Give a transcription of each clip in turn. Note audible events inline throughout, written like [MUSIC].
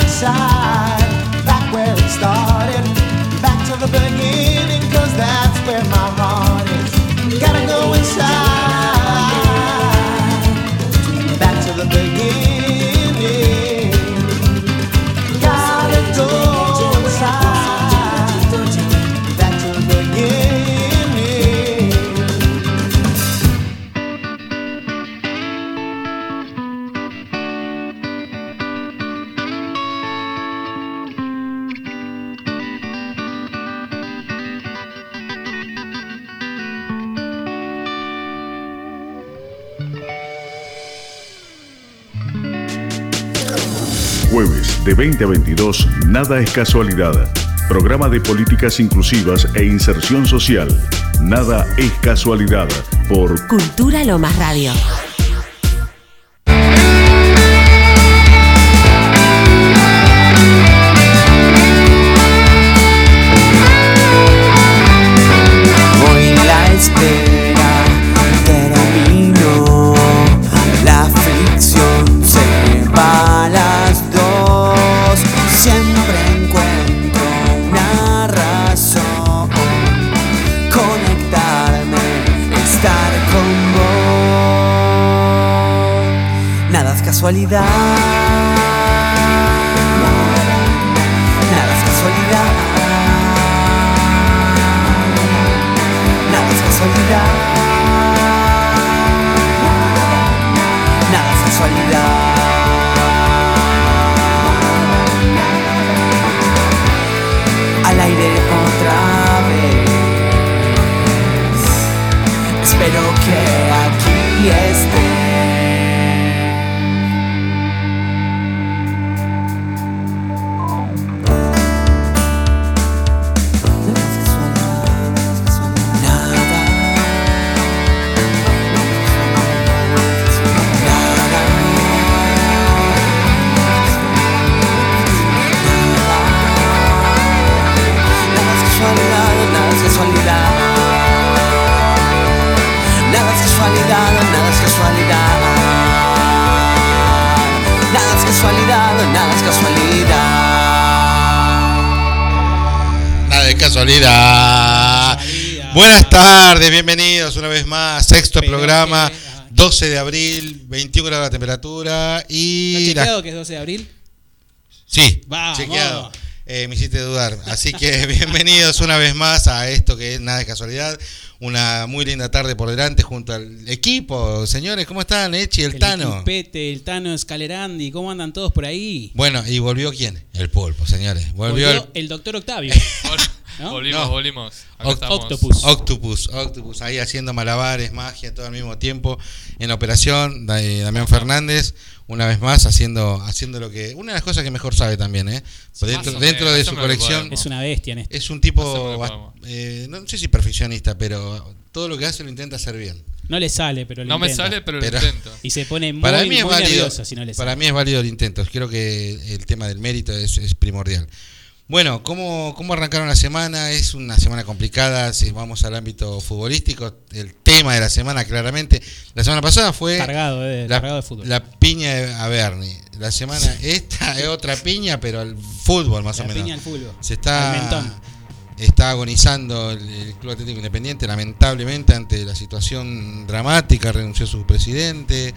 side, back where it started, back to the beginning, cause that's where my heart is. Gotta go inside, back to the beginning. Gotta go inside, back to the beginning. Jueves de 20 a 22, Nada es casualidad. Programa de políticas inclusivas e inserción social. Nada es casualidad por Cultura Lomas Radio. Hoy la espera terminó, la fricción separa las dos. Siempre encuentro una razón, conectarme, estar con vos. Nada es casualidad. Nada es casualidad. Nada es casualidad. Nada es casualidad. Al aire otra vez. Espero que aquí esté. Nada es casualidad, nada es casualidad. Nada es casualidad, nada es casualidad. Nada es casualidad, nada es casualidad. Nada de casualidad. Buenas tardes, bienvenidos una vez más. Sexto programa, 12 de abril, 21 grados la temperatura y... la- chequeado que es 12 de abril? Sí, Vamos. chequeado. Eh, me hiciste dudar. Así que [LAUGHS] bienvenidos una vez más a esto que es nada de casualidad. Una muy linda tarde por delante junto al equipo. Señores, ¿cómo están? Echi, el, Tano. Pete, el Tano Escalerandi, ¿cómo andan todos por ahí? Bueno, ¿y volvió quién? El pulpo, señores. Volvió, Volvió el el doctor [LAUGHS] Octavio. ¿No? Volvimos, No. volvimos. Acá Oct- estamos. Octopus. Octopus, Octopus, ahí haciendo malabares, magia, todo al mismo tiempo. En la operación, Da- eh, Damián Fernández, una vez más, haciendo, haciendo lo que. Una de las cosas que mejor sabe también, ¿eh? Pues Sí, dentro más o dentro menos, de más su o menos colección, podemos. Es una bestia en esto. es un Más o tipo, menos bast- podemos. eh, no sé si perfeccionista, pero todo lo que hace lo intenta hacer bien. No le sale, pero lo No me intenta. sale, pero lo Pero- intento. Y se pone muy, Para mí es muy válido. nervioso si no le sale. Para mí es válido el intento. Creo que el tema del mérito es, es primordial. Bueno, ¿cómo, ¿cómo arrancaron la semana? Es una semana complicada si vamos al ámbito futbolístico. El tema de la semana, claramente. La semana pasada fue Cargado, eh, la, cargado de fútbol. la piña de- a Bernie. La semana esta es otra piña, pero al fútbol más La o menos. piña al fútbol. Se Al mentón. está, está agonizando el, el Club Atlético Independiente, lamentablemente, ante la situación dramática, renunció su presidente,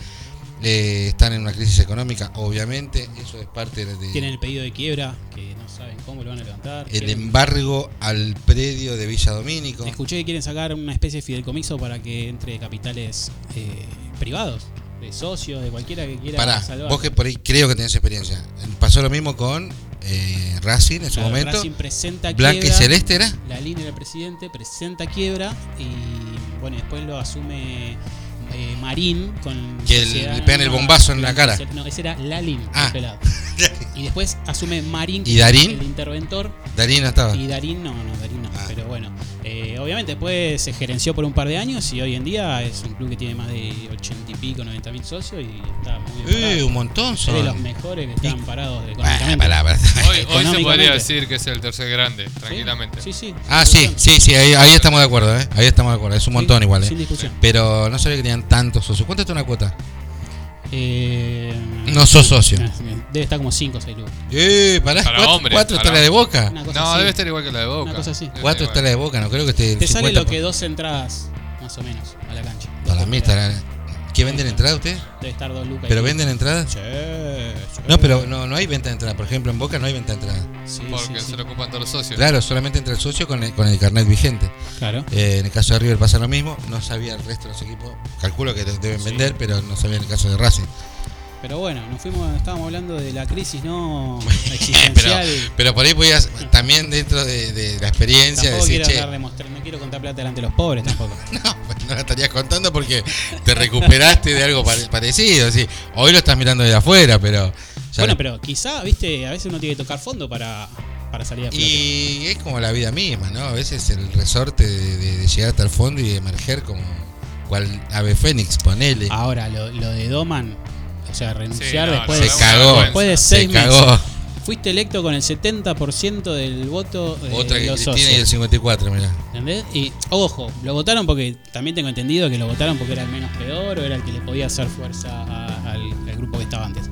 eh, están en una crisis económica, obviamente, eso es parte de, Tienen el pedido de quiebra, que no saben cómo lo van a levantar. el Quieren- embargo al predio de Villa Domínico. Escuché que quieren sacar una especie de fideicomiso para que entre capitales eh, privados, de socios, de cualquiera que quiera Pará, salvar. vos que por ahí creo que tenés experiencia. Pasó lo mismo con eh, Racing en su Claro, momento. Racing presenta Blanca y quiebra. Celeste era. la línea del presidente, presenta quiebra y bueno, después lo asume eh, Marín con Que el- sociedad- le pegan el bombazo en la cara. No, ese era Lalín, Ah. el [LAUGHS] pelado. Y después asume Marín ¿Y Darín? el interventor Darín no estaba. y Darín no, no, Darín no, Ah. pero bueno, eh, obviamente después se gerenció por un par de años y hoy en día es un club que tiene más de 80 y pico, 90 mil socios y está muy bien Eh, parado. un montón es son. de los mejores que están parados Ah, económicamente. pará, pará. Hoy, hoy se Económicamente. podría decir que es el tercer grande, ¿Sí? tranquilamente. Sí, sí. Ah, sí, sí, sí, ahí, ahí estamos de acuerdo, ¿eh? Ahí estamos de acuerdo, es un montón igual, Sin ¿eh? discusión. Pero no sabía que tenían tantos socios. ¿Cuánto está una cuota? Eh, No sos socio. Debe estar como 5 o 6 lucas. Eh, pará, Para cuatro, hombres, cuatro está para la de boca. Una cosa No, así. debe estar igual que la de Boca. Una cosa así. Debe Cuatro está estar la igual. de boca, no creo que esté. el Te sale lo 50 que dos entradas, más o menos, a la cancha. Para mí está la- ¿Qué venden entrada usted? Debe estar dos lucas. y ¿Pero media. venden entrada? Sí, sí. No, pero no, no hay venta de entrada. Por ejemplo, en Boca no hay venta de entrada. Sí, Porque sí, se sí. lo ocupan todos los socios. Claro, solamente entre el socio con el, con el carnet vigente. Claro. Eh, en el caso de River pasa lo mismo. No sabía el resto de los equipos. Calculo que los deben Sí. vender, pero no sabía en el caso de Racing. Pero bueno, nos fuimos, estábamos hablando de la crisis, ¿no? [LAUGHS] pero, Existencial. pero por ahí podías, también dentro de, de la experiencia, Tampoco decir, quiero che, hablar de mostrar- no quiero contar plata delante de los pobres tampoco. [LAUGHS] No, pues no la estarías contando porque te recuperaste de algo pare- parecido. sí. Hoy lo estás mirando desde afuera, pero. ya- bueno, pero quizá, viste, a veces uno tiene que tocar fondo para, para salir a flote. Y es como la vida misma, ¿no? A veces el resorte de, de- de llegar hasta el fondo y de emerger como cual ave fénix, ponele. Ahora, lo, lo de Doman, o sea, Sí, renunciar no, después, no, de, Se es una cagó. después de vergüenza. se seis meses. cagó. Fuiste electo con el 70% del voto eh, Otra de que los Cristina y el socios. 54, mirá. ¿Entendés? Y ojo, lo votaron porque también tengo entendido que lo votaron porque era el menos peor o era el que le podía hacer fuerza a- al, al grupo que estaba antes.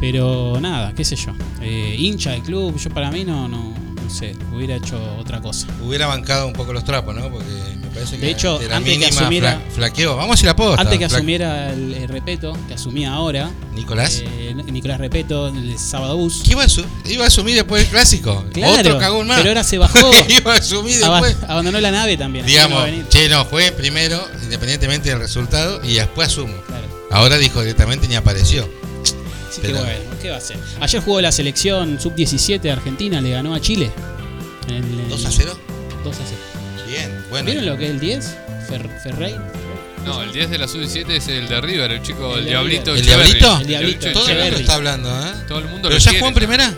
Pero nada, qué sé yo. Eh, hincha del club, yo para mí no, no, no sé, hubiera hecho otra cosa. Hubiera bancado un poco los trapos, ¿no? Porque me parece que De hecho, de la antes que mínima asumiera- fla- flaqueó. Vamos a ir a posta. Antes que Fla- asumiera el, el Repeto, que asumía ahora, Nicolás. eh, Nicolás Repeto, el sábado bus. ¿Qué iba a, asu- iba a asumir después del clásico? Claro, Otro cagón más. pero ahora [LAUGHS] se bajó. iba a asumir Aba- después. abandonó la nave también. así que no va Digamos, a venir. che, no, fue primero, independientemente del resultado, y después asumo. Claro. Ahora dijo directamente ni apareció. Así Pero- que bueno, ¿qué va a hacer? Ayer jugó la selección sub-17 de Argentina, le ganó a Chile. En el- en- 2 a 0. 2 a 0. Bien, bueno. ¿Vieron lo que es el 10? Fer- Ferrey. No, el 10 de la sub-17 es el de River, el chico, el, El de diablito. River. ¿El Echeverri. diablito? El diablito, Todo el mundo Echeverri. está hablando, ¿eh? Todo el mundo ¿Pero lo ya quiere, jugó en ¿no? primera?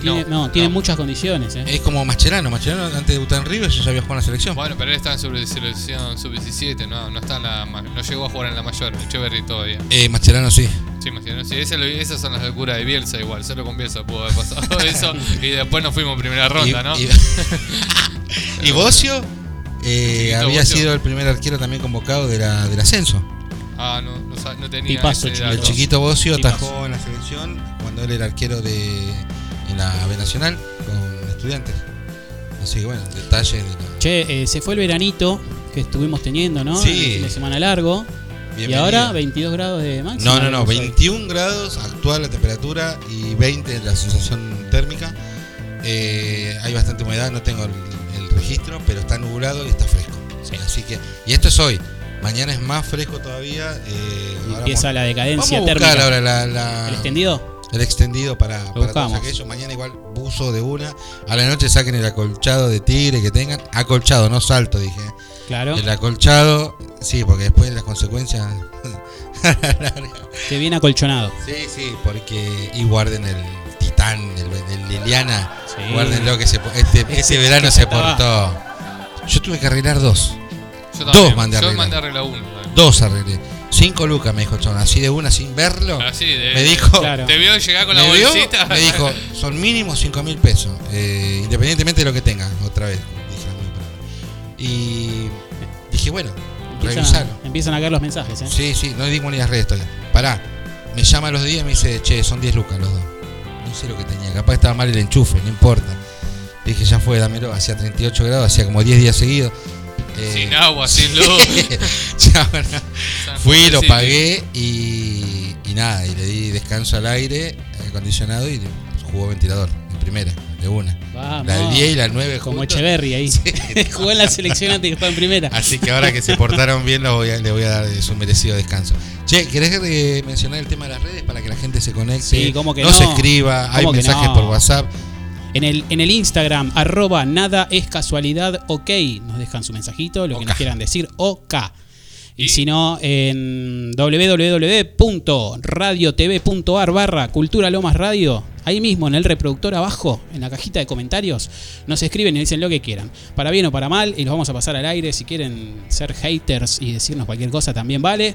Tiene, no, tiene muchas condiciones. ¿eh? Es como Mascherano. Mascherano, antes de debutar en River, ya había jugado en la selección. Bueno, pero él está en sub- selección sub-17, no, no, está en la, ma- no llegó a jugar en la mayor, Echeverry todavía. Eh, Mascherano sí. Sí, me imagino, sí, esa lo- esas son las locuras de Bielsa igual, solo con Bielsa pudo haber pasado [LAUGHS] eso. Y después nos fuimos primera ronda, [LAUGHS] Y- ¿no? Y, [LAUGHS] y Bocio eh, Chiquito había Bocio. sido el primer arquero también convocado de la, del ascenso. Ah, no, no, sa- no tenía Tipazo, ese chiquito. El dato. chiquito Bocio Tipazo. atajó en la selección cuando él era arquero de en la B Nacional con estudiantes. Así que bueno, detalle de la- Che, eh, se fue el veranito que estuvimos teniendo, ¿no? Sí. El fin de semana largo. Y Bienvenido. ahora 22 grados de máximo. No, no, no, 21 grados actual la temperatura y 20 la sensación térmica. Eh, hay bastante humedad, no tengo el, el registro, pero está nublado y está fresco. Sí. Así que, y esto es hoy. Mañana es más fresco todavía. eh, Y ahora empieza vamos- la decadencia vamos a buscar térmica. ahora la- la- ¿El extendido? el extendido para, para todos buscamos. aquellos. Mañana igual buzo de una. A la noche saquen el acolchado de tigre que tengan. Acolchado, no salto, dije. Claro. El acolchado, sí, porque después las consecuencias a la larga. Que viene acolchonado. Sí, sí, porque. Y guarden el titán, el, el Liliana. Sí. Guarden lo que se, po- [LAUGHS] este, este Ese- verano ese se estaba- portó. Yo tuve que arreglar dos. Yo Dos también, mandé Yo arreglar. mandé arreglar uno. ¿eh? también. Dos arreglé. Cinco lucas me dijo el chabón, así de una sin verlo. Así, Ah, de, Me dijo, Claro. ¿Te vio llegar con la me, vio, bolsita? me dijo, son mínimo 5 mil pesos, eh, independientemente de lo que tengas, otra vez. dije "Ah, las mismas palabras. y dije, bueno, Empiezan, revisalo. empiezan a caer los mensajes, ¿eh? Sí, sí, no digo ni las redes todavía. Pará, me llama a los días y me dice, che, son 10 lucas los dos. No sé lo que tenía, capaz estaba mal el enchufe, no importa. Dije, ya fue, dámelo, hacía 38 grados, hacía como 10 días seguidos. Eh, Sin agua, [LAUGHS] sin luz. [LAUGHS] ya, bueno, San Fui, lo Juancito. pagué y, y nada, y le di descanso al aire acondicionado y jugó ventilador en primera, de una. Vamos. La 10 y la 9 Como juntos. Echeverry ahí. [LAUGHS] Jugó en la selección antes que estaba en primera. Así que ahora que se portaron bien, los voy a- le voy a dar eh, su merecido descanso. Che, ¿querés eh, mencionar el tema de las redes para que la gente se conecte? Sí, ¿cómo que no? se escriba, hay ¿Cómo que mensajes no? por WhatsApp. En el, en el Instagram, arroba nada es casualidad, ok. Nos dejan su mensajito, lo que Ok. nos quieran decir, ok. Y, Y- si no, en www.radiotv.ar barra Cultura Lomas Radio, ahí mismo en el reproductor abajo, en la cajita de comentarios, nos escriben y dicen lo que quieran, para bien o para mal, y los vamos a pasar al aire. Si quieren ser haters y decirnos cualquier cosa, también vale.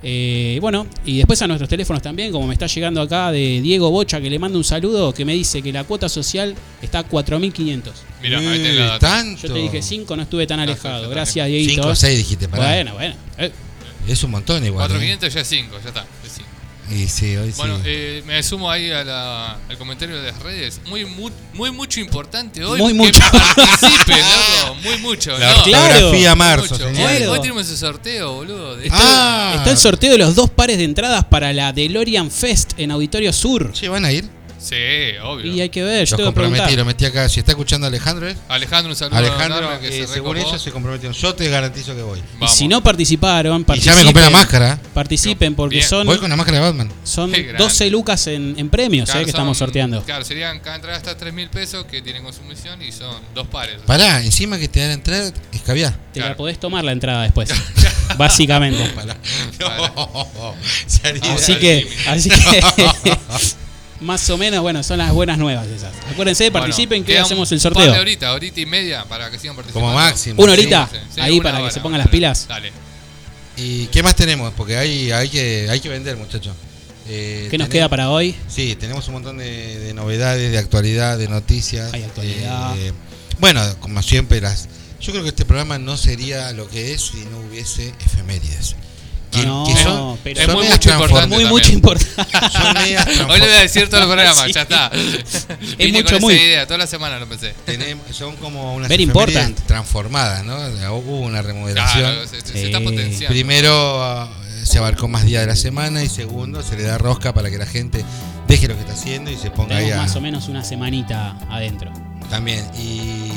Eh, bueno, y después a nuestros teléfonos también, como me está llegando acá de Diego Bocha, que le mando un saludo, que me dice que la cuota social está a 4.500. Mirá, ahí tenés la Eh, data. Ah, tanto. Yo te dije 5, no estuve tan alejado. perfecto, Gracias, Dieguito. 5 o 6 dijiste, pará. Bueno, bueno. Eh, Es un montón igual. eh. 4500 ya es 5, ya está. es cinco. Y sí, hoy sí. Bueno, eh, me sumo ahí a la- al comentario de las redes. Muy, mu- muy mucho importante hoy. Muy que [LAUGHS] mucho. [LAUGHS] participen, loco. Muy mucho. la no, ortografía Muy marzo, mucho. señor. Hoy, Claro. hoy tenemos el sorteo, boludo. de- Ah, Está el sorteo de los dos pares de entradas para la DeLorean Fest en Auditorio Sur. Che, van a ir. Sí, obvio. Y hay que ver, yo Los tengo que comprometí, preguntar. lo metí acá. Si está escuchando Alejandro, ¿eh? Alejandro, un saludo. Alejandro, enorme, que eh, se según recopó. ellos se comprometieron. Yo te garantizo que voy. Y Vamos. si no participaron, Y ya me participen. compré la máscara. Participen porque Bien. son, Voy con la máscara de Batman. son Qué grande. 12 lucas en, en premios Claro, eh, que estamos son- sorteando. Claro, serían cada entrada hasta 3 mil pesos que tienen consumición y son dos pares. Pará, encima que te dan entrada, escabiá. Te la claro. podés tomar la entrada [LAUGHS] después. pues, básicamente. Pará. Pará. [LAUGHS] No, sería- Así al que, límite. así que [LAUGHS] más o menos, bueno, son las buenas nuevas esas. Acuérdense, participen que hoy quedan hacemos un el par sorteo. de horita, horita y media para que sigan participando. Como máximo. Una sí. horita. Sí, sí, Ahí una para que hora, se pongan dale, las pilas. Dale. ¿Y qué más tenemos? Porque hay, hay, que, hay que vender, muchachos. ¿Qué nos queda para hoy? Sí, tenemos un montón de, de novedades, de actualidad, de noticias. Hay actualidad. Eh, bueno, como siempre, las. Yo creo que este programa no sería lo que es si no hubiese efemérides. Que, No, que son, pero- son Es muy medias mucho importante transform- Muy, también. mucho importante. son [LAUGHS] medias Hoy le voy a transform- decir todo el programa, ya está. Vine mucho, con esa muy. idea, toda la semana lo pensé. tenemos- Son como unas Very efemérides important. transformadas, ¿no? Hubo una remodelación. Eh, Claro, se, se- se está Sí. potenciando. Primero ah, se abarcó más días de la semana y segundo se le da rosca para que la gente deje lo que está haciendo y se ponga ahí Tenemos a, más o menos una semanita adentro. también. Y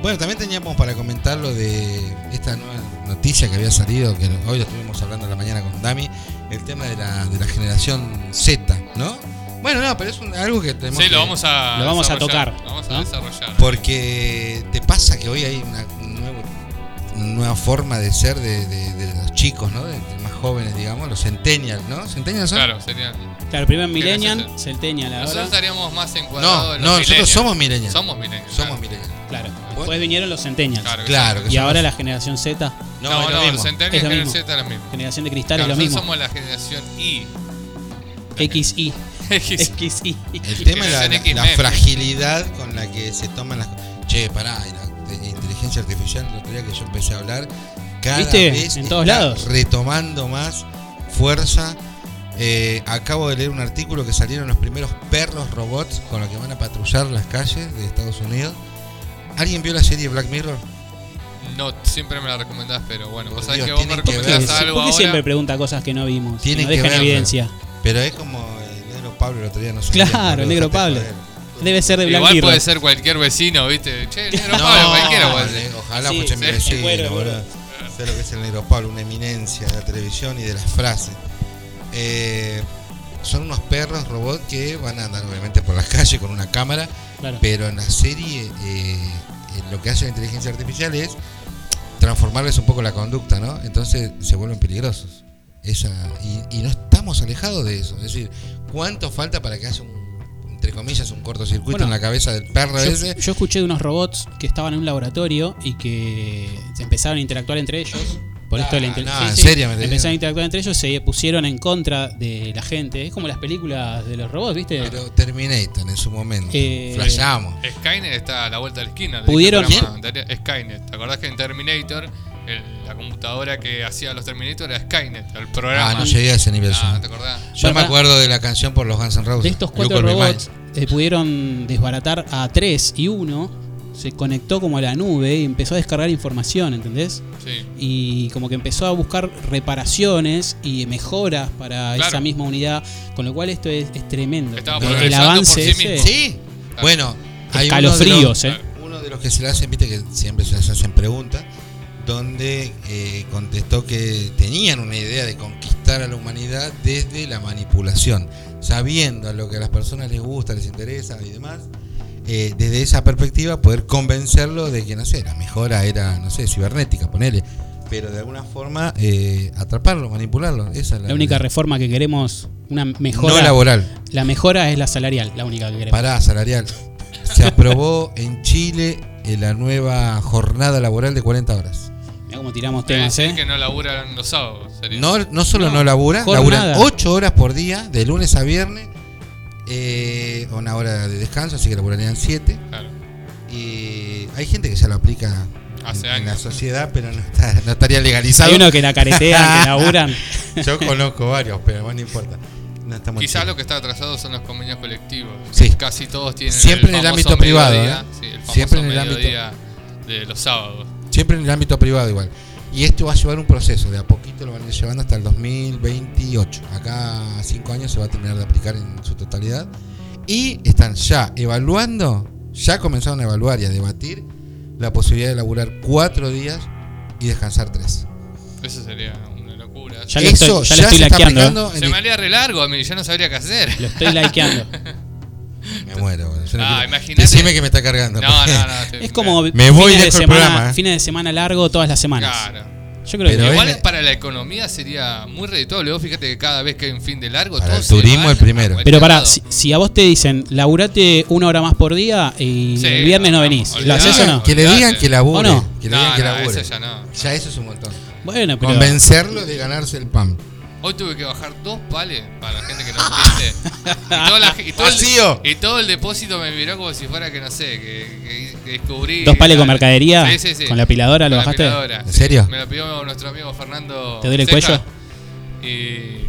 bueno, también teníamos para comentar lo de esta nueva noticia que había salido, que hoy lo estuvimos hablando a la mañana con Dami, el tema de la, de la generación Z, ¿no? Bueno, no, pero es un- algo que tenemos Sí, que- lo vamos a. Lo vamos a desarrollar, tocar, Lo vamos a ¿no? desarrollar. Porque te pasa que hoy hay una, un nuevo- una nueva forma de ser de, de- de los chicos, ¿no? De, de más jóvenes, digamos, los centennials, ¿no? ¿Centennials son? Claro, sería. Claro, primero ¿Qué Millennial, gracias, Centennial Nosotros ahora. estaríamos más encuadrados No, en los no, nosotros millennials. somos millennials. Somos millennials. Somos claro. millennials. Claro. Después vinieron los Centennials. Claro. Claro, que Y somos- ahora la generación Z, No, No, es lo no, mismo. los centennials Es lo General mismo. Z es lo mismo. generación de cristal, Claro, es lo nosotros mismo. somos la generación I. XI. [LAUGHS] X. XI. El tema es la, Generación X la meme. fragilidad con la que se toman las cosas. Che, pará, y la te- inteligencia artificial, el otro día que yo empecé a hablar, cada ¿Viste? vez En todos está lados. retomando más fuerza. Eh, acabo de leer un artículo que salieron los primeros perros robots con los que van a patrullar las calles de Estados Unidos. ¿Alguien vio la serie Black Mirror? No, siempre me la recomendás, pero bueno, Por vos sabés Dios, que vos me tienen que ver. ¿Por recomendás qué algo ahora. siempre pregunta cosas que no vimos? Que Tienen nos que deja en verlo. evidencia. Pero es como el negro Pablo el otro día no sabía, Claro, boludo, el negro dejate Pablo. joder. Debe ser de Black Igual Mirror. puede ser cualquier vecino, ¿viste? Che, el negro No, Pablo, cualquiera puede ser. vale, ojalá Sí, fuese sí, mi el vecino, cuero, boludo. boludo. Sé lo que es el negro Pablo, una eminencia de la televisión y de las frases. Eh, son unos perros robots que van a andar obviamente [LAUGHS] por las calles con una cámara, Claro. pero en la serie eh, eh, lo que hace la inteligencia artificial es transformarles un poco la conducta, ¿no? Entonces se vuelven peligrosos. Esa, y, y no estamos alejados de eso. Es decir, ¿cuánto falta para que haya un, entre comillas, un cortocircuito Bueno, en la cabeza del perro Yo, ese? yo escuché de unos robots que estaban en un laboratorio y que se empezaron a interactuar entre ellos. Por esto de la Ah, inteligencia. no, en serio, me Empezaron a interactuar entre ellos, se pusieron en contra de la gente. Es como las películas de los robots, ¿viste? Pero Terminator en su momento. Eh, Flasheamos. Skynet está a la vuelta de la esquina. Pudieron- Este programa anterior, Skynet. ¿Te acordás que en Terminator, el- la computadora que hacía los Terminator era Skynet, el programa? Ah, no llegué a ese nivel. yo. Ah, ¿te acordás? Yo Bueno, me pará. acuerdo de la canción por los Guns N' Roses. de estos cuatro Look on my robots mind. eh, pudieron desbaratar a tres y uno se conectó como a la nube y empezó a descargar información, ¿entendés? Sí. y como que empezó a buscar reparaciones y mejoras para Claro. esa misma unidad, con lo cual esto es, es tremendo. Estaba El- el progresando por avance sí ese, mismo. Sí. Bueno, hay uno de, los, escalofríos, eh. uno de los que se le hacen, viste que siempre se les hacen preguntas, donde eh, contestó que tenían una idea de conquistar a la humanidad desde la manipulación, sabiendo lo que a las personas les gusta, les interesa y demás. eh, desde esa perspectiva, poder convencerlo de que, no sé, la mejora era, no sé, cibernética, ponele. Pero de alguna forma, eh, atraparlo, Ah, manipularlo. Esa es la, La única reforma que queremos, una mejora. No laboral. La mejora es la salarial, la única que queremos. Pará, salarial. Se aprobó en Chile eh, la nueva jornada laboral de 40 horas. Mirá cómo tiramos Quiere temas, decir ¿eh? que no laburan los sábados. sería. No, no solo no, No, labura, jornada. laburan 8 horas por día, de lunes a viernes, eh, una hora de descanso, así que laburarían 7. Claro. Y hay gente que ya lo aplica Hace en, en la años. sociedad, pero no, está- no estaría legalizado. [LAUGHS] Hay uno que la caretean, que laburan. Yo conozco varios, pero bueno, no importa. no estamos Quizás en lo que está atrasado son los convenios colectivos. Sí. Casi todos tienen. Siempre en el famoso ámbito privado, mediodía, ¿eh? sí, el famoso Siempre en el ámbito- mediodía de los sábados. Chile. Siempre en el ámbito privado igual. Y esto va a llevar un proceso, de a poquito lo van a ir llevando hasta el 2028. Acá a cinco años se va a terminar de aplicar en su totalidad. Y están ya evaluando, ya comenzaron a evaluar y a debatir la posibilidad de laburar cuatro días y descansar tres. Eso sería una locura. Ya lo estoy- ya lo estoy se está laqueando, aplicando Se en me el- haría re largo a mí, ya no sabría qué hacer. Lo estoy [LAUGHS] likeando. Me muero. boludo. Yo no Ah, quiero- imagínate. Decime que me está cargando. No, no, porque- no. [LAUGHS] estoy- Es como Me voy y fines de, dejo el semana, programa, ¿eh? fines de semana largo todas las semanas. Claro. Yo creo Pero que es- Igual me- para la economía sería muy redituable. Vos fíjate que cada vez que hay un fin de largo, Para todos el se turismo van el a primero. cualquier Pero pará, lado. si, si a vos te dicen, laburate una hora más por día y Sí, el viernes no no, venís, ¿lo olvidate. haces o no? Que le digan que labure. ¿O no? Que le No, digan que no, labure. eso ya no. Ya eso es un montón. Bueno, pero. Convencerlo de ganarse el pan. Hoy tuve que bajar dos pales para la gente que no entiende. Y, toda la- y todo Vacío. El, y todo el depósito me miró como si fuera que no sé, que, que- que descubrí. ¿Dos pales con Ah, mercadería? Sí, sí, sí. ¿Con la apiladora lo bajaste? apiladora, ¿En sí. serio? Me lo pidió nuestro amigo Fernando. ¿Te duele el Ceja. cuello? Y.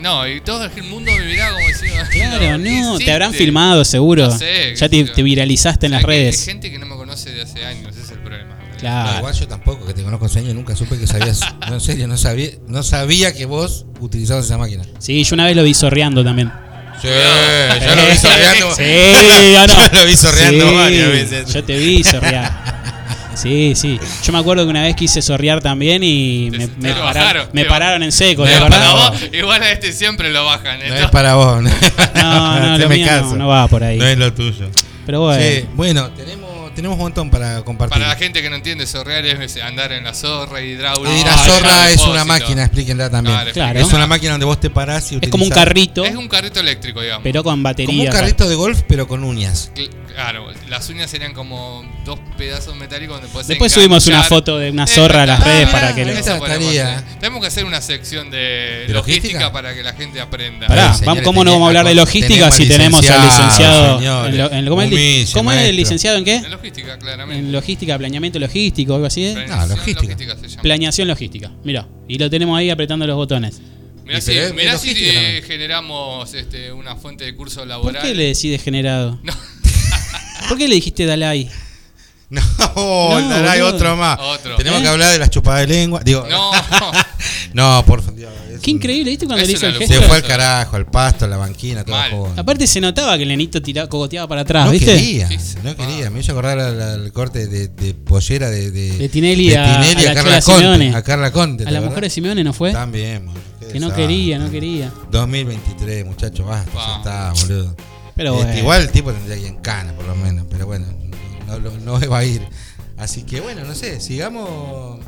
No, y todo el mundo me miraba como [LAUGHS] diciendo. Claro, ¿qué no, te hiciste? habrán filmado seguro. No sé, qué ya sé te, yo. te viralizaste en las O sea, que Hay redes. gente que no me conoce de hace años, ese es el problema. No, Claro. igual yo tampoco, que te conozco hace años, nunca supe [LAUGHS] que sabías. no, en serio, no sabía, no sabía que vos utilizabas esa máquina. Sí, yo una vez lo vi sorreando [LAUGHS] también. Sí, [LAUGHS] yo Eh, [LAUGHS] Sí, ¿o no? Yo lo vi sorreando Sí, varias veces. Yo te vi sorrear. Sí, sí. Yo me acuerdo que una vez quise sorrear también y Te- me, te me lo pararon, bajaron, me te- pararon en seco, te ¿te lo acordás? pararon. Para vos, igual a este siempre lo bajan. No entonces- es para vos. No, [LAUGHS] No, [LAUGHS] no, lo Haceme mío no- caso. no va por ahí. No es lo tuyo. Pero bueno. Sí, bueno, tenemos, tenemos un montón para compartir. Para la gente que no entiende, zorrear es andar en la zorra, hidráulica. y la Ah, zorra dejar es una depósito. máquina, explíquenla también. Claro, Claro. Es una máquina donde vos te parás y Es como un utilizás- carrito, Es un carrito eléctrico, digamos. pero con Como batería. un carrito de golf, pero con uñas. Cl- Claro, las uñas serían como dos pedazos metálicos donde podés Después enganchar. subimos una foto de una zorra a las Ah, redes mirá, para que lo- esa podemos Estaría. hacer. Tenemos que hacer una sección de, logística? logística? para que la gente aprenda. Pará, Señores, vamos- ¿cómo no tenía- vamos a hablar de logística tenemos si tenemos al licenciado, licenciado? en señores. lo- en- ¿Cómo, es, el li- Humille, cómo es el maestro. licenciado en qué? En logística, claramente. En logística, planeamiento logístico, algo así. ¿eh? Planificación No, Ah, logística. se llama. Planeación logística, mirá. Y lo tenemos ahí apretando los botones. Mirá Y si, pero es- mirá es si, logística eh, también. generamos este, una fuente de curso ¿Por laboral. qué le decís degenerado? [LAUGHS] No. [LAUGHS] ¿Por qué le dijiste Dalai? [LAUGHS] No, no hay boludo. otro más. Otro. Tenemos ¿Eh? que hablar de las chupadas de lengua. Digo, no, [LAUGHS] No, por favor. Dios, es Qué un- increíble, ¿viste cuando Es le hizo una el Se gesto? locura. fue al carajo, al pasto, a la banquina, todo Mal. jugón. Aparte se notaba que el nenito tiraba, cogoteaba para atrás, No ¿viste? Ah. quería, Sí, sí, no pa. quería. Me hizo acordar al, al corte de, de pollera de, de, De Tinelli a- a la Carla Chola Simeone. Conte. A Carla Conte. A ¿te la acordás? mujer de Simeone no fue. También, boludo, qué Que no desastre. quería, no quería. 2023, muchachos, basta, ya Vamos. está, boludo. Pero Este, bueno. Igual el tipo tendría que ir en cana, por lo menos, pero bueno, no, lo- no va a ir. Así que bueno, no sé, sigamos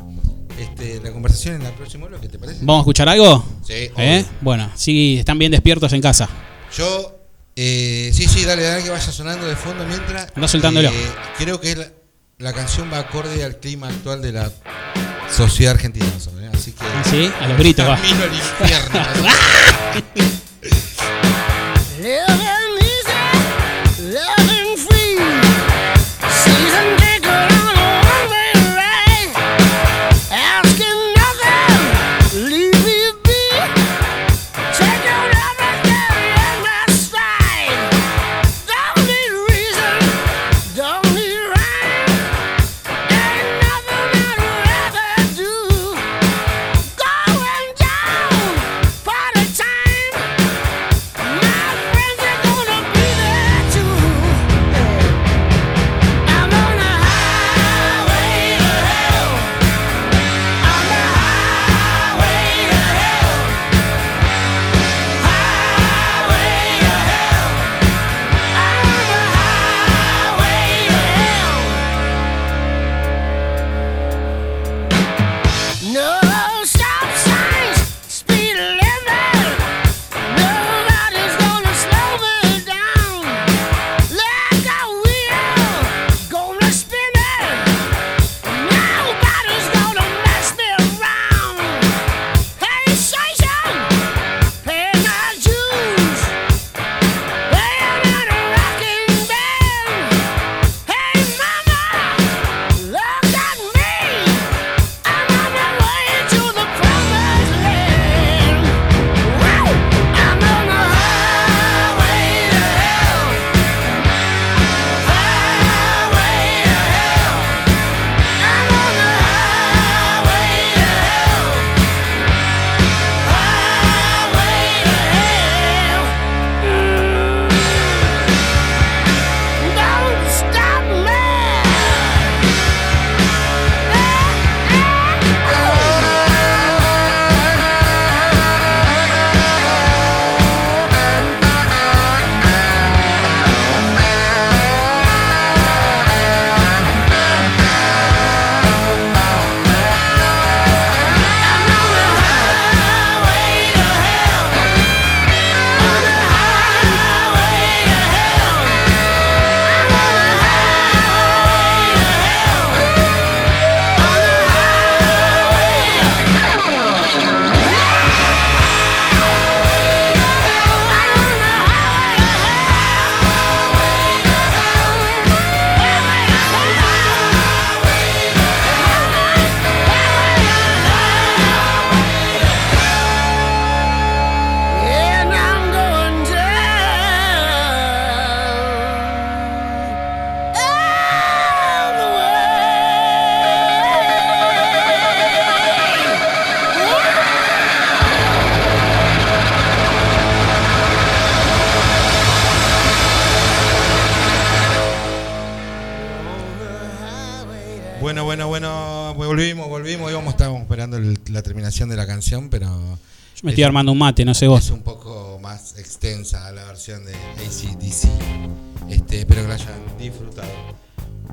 este, la conversación en el próximo bloque, ¿te parece? ¿Vamos a escuchar algo? Sí, ¿Eh? obvio. Bueno, sí, están bien despiertos en casa. Yo, eh, sí, sí, dale, dale que vaya sonando de fondo mientras. eh, Andá soltándolo. creo que es la, la canción va acorde al clima actual de la sociedad argentina, más o menos, así que. ¿Sí? A los gritos va. Camino al infierno. [LAUGHS] Living easy, loving free. Season ticket on a one-way ride. Asking nothing, leave it be. Taking everything in my stride. Don't need reason, don't need rhyme. Ain't nothing I'd rather do. Going down, party time. [LAUGHS] Bueno, bueno, bueno, pues volvimos, volvimos, íbamos, estábamos esperando el- la terminación de la canción, pero Yo me estoy armando un mate, no sé es vos. un poco más extensa la versión de ACDC. Este, espero que la hayan disfrutado.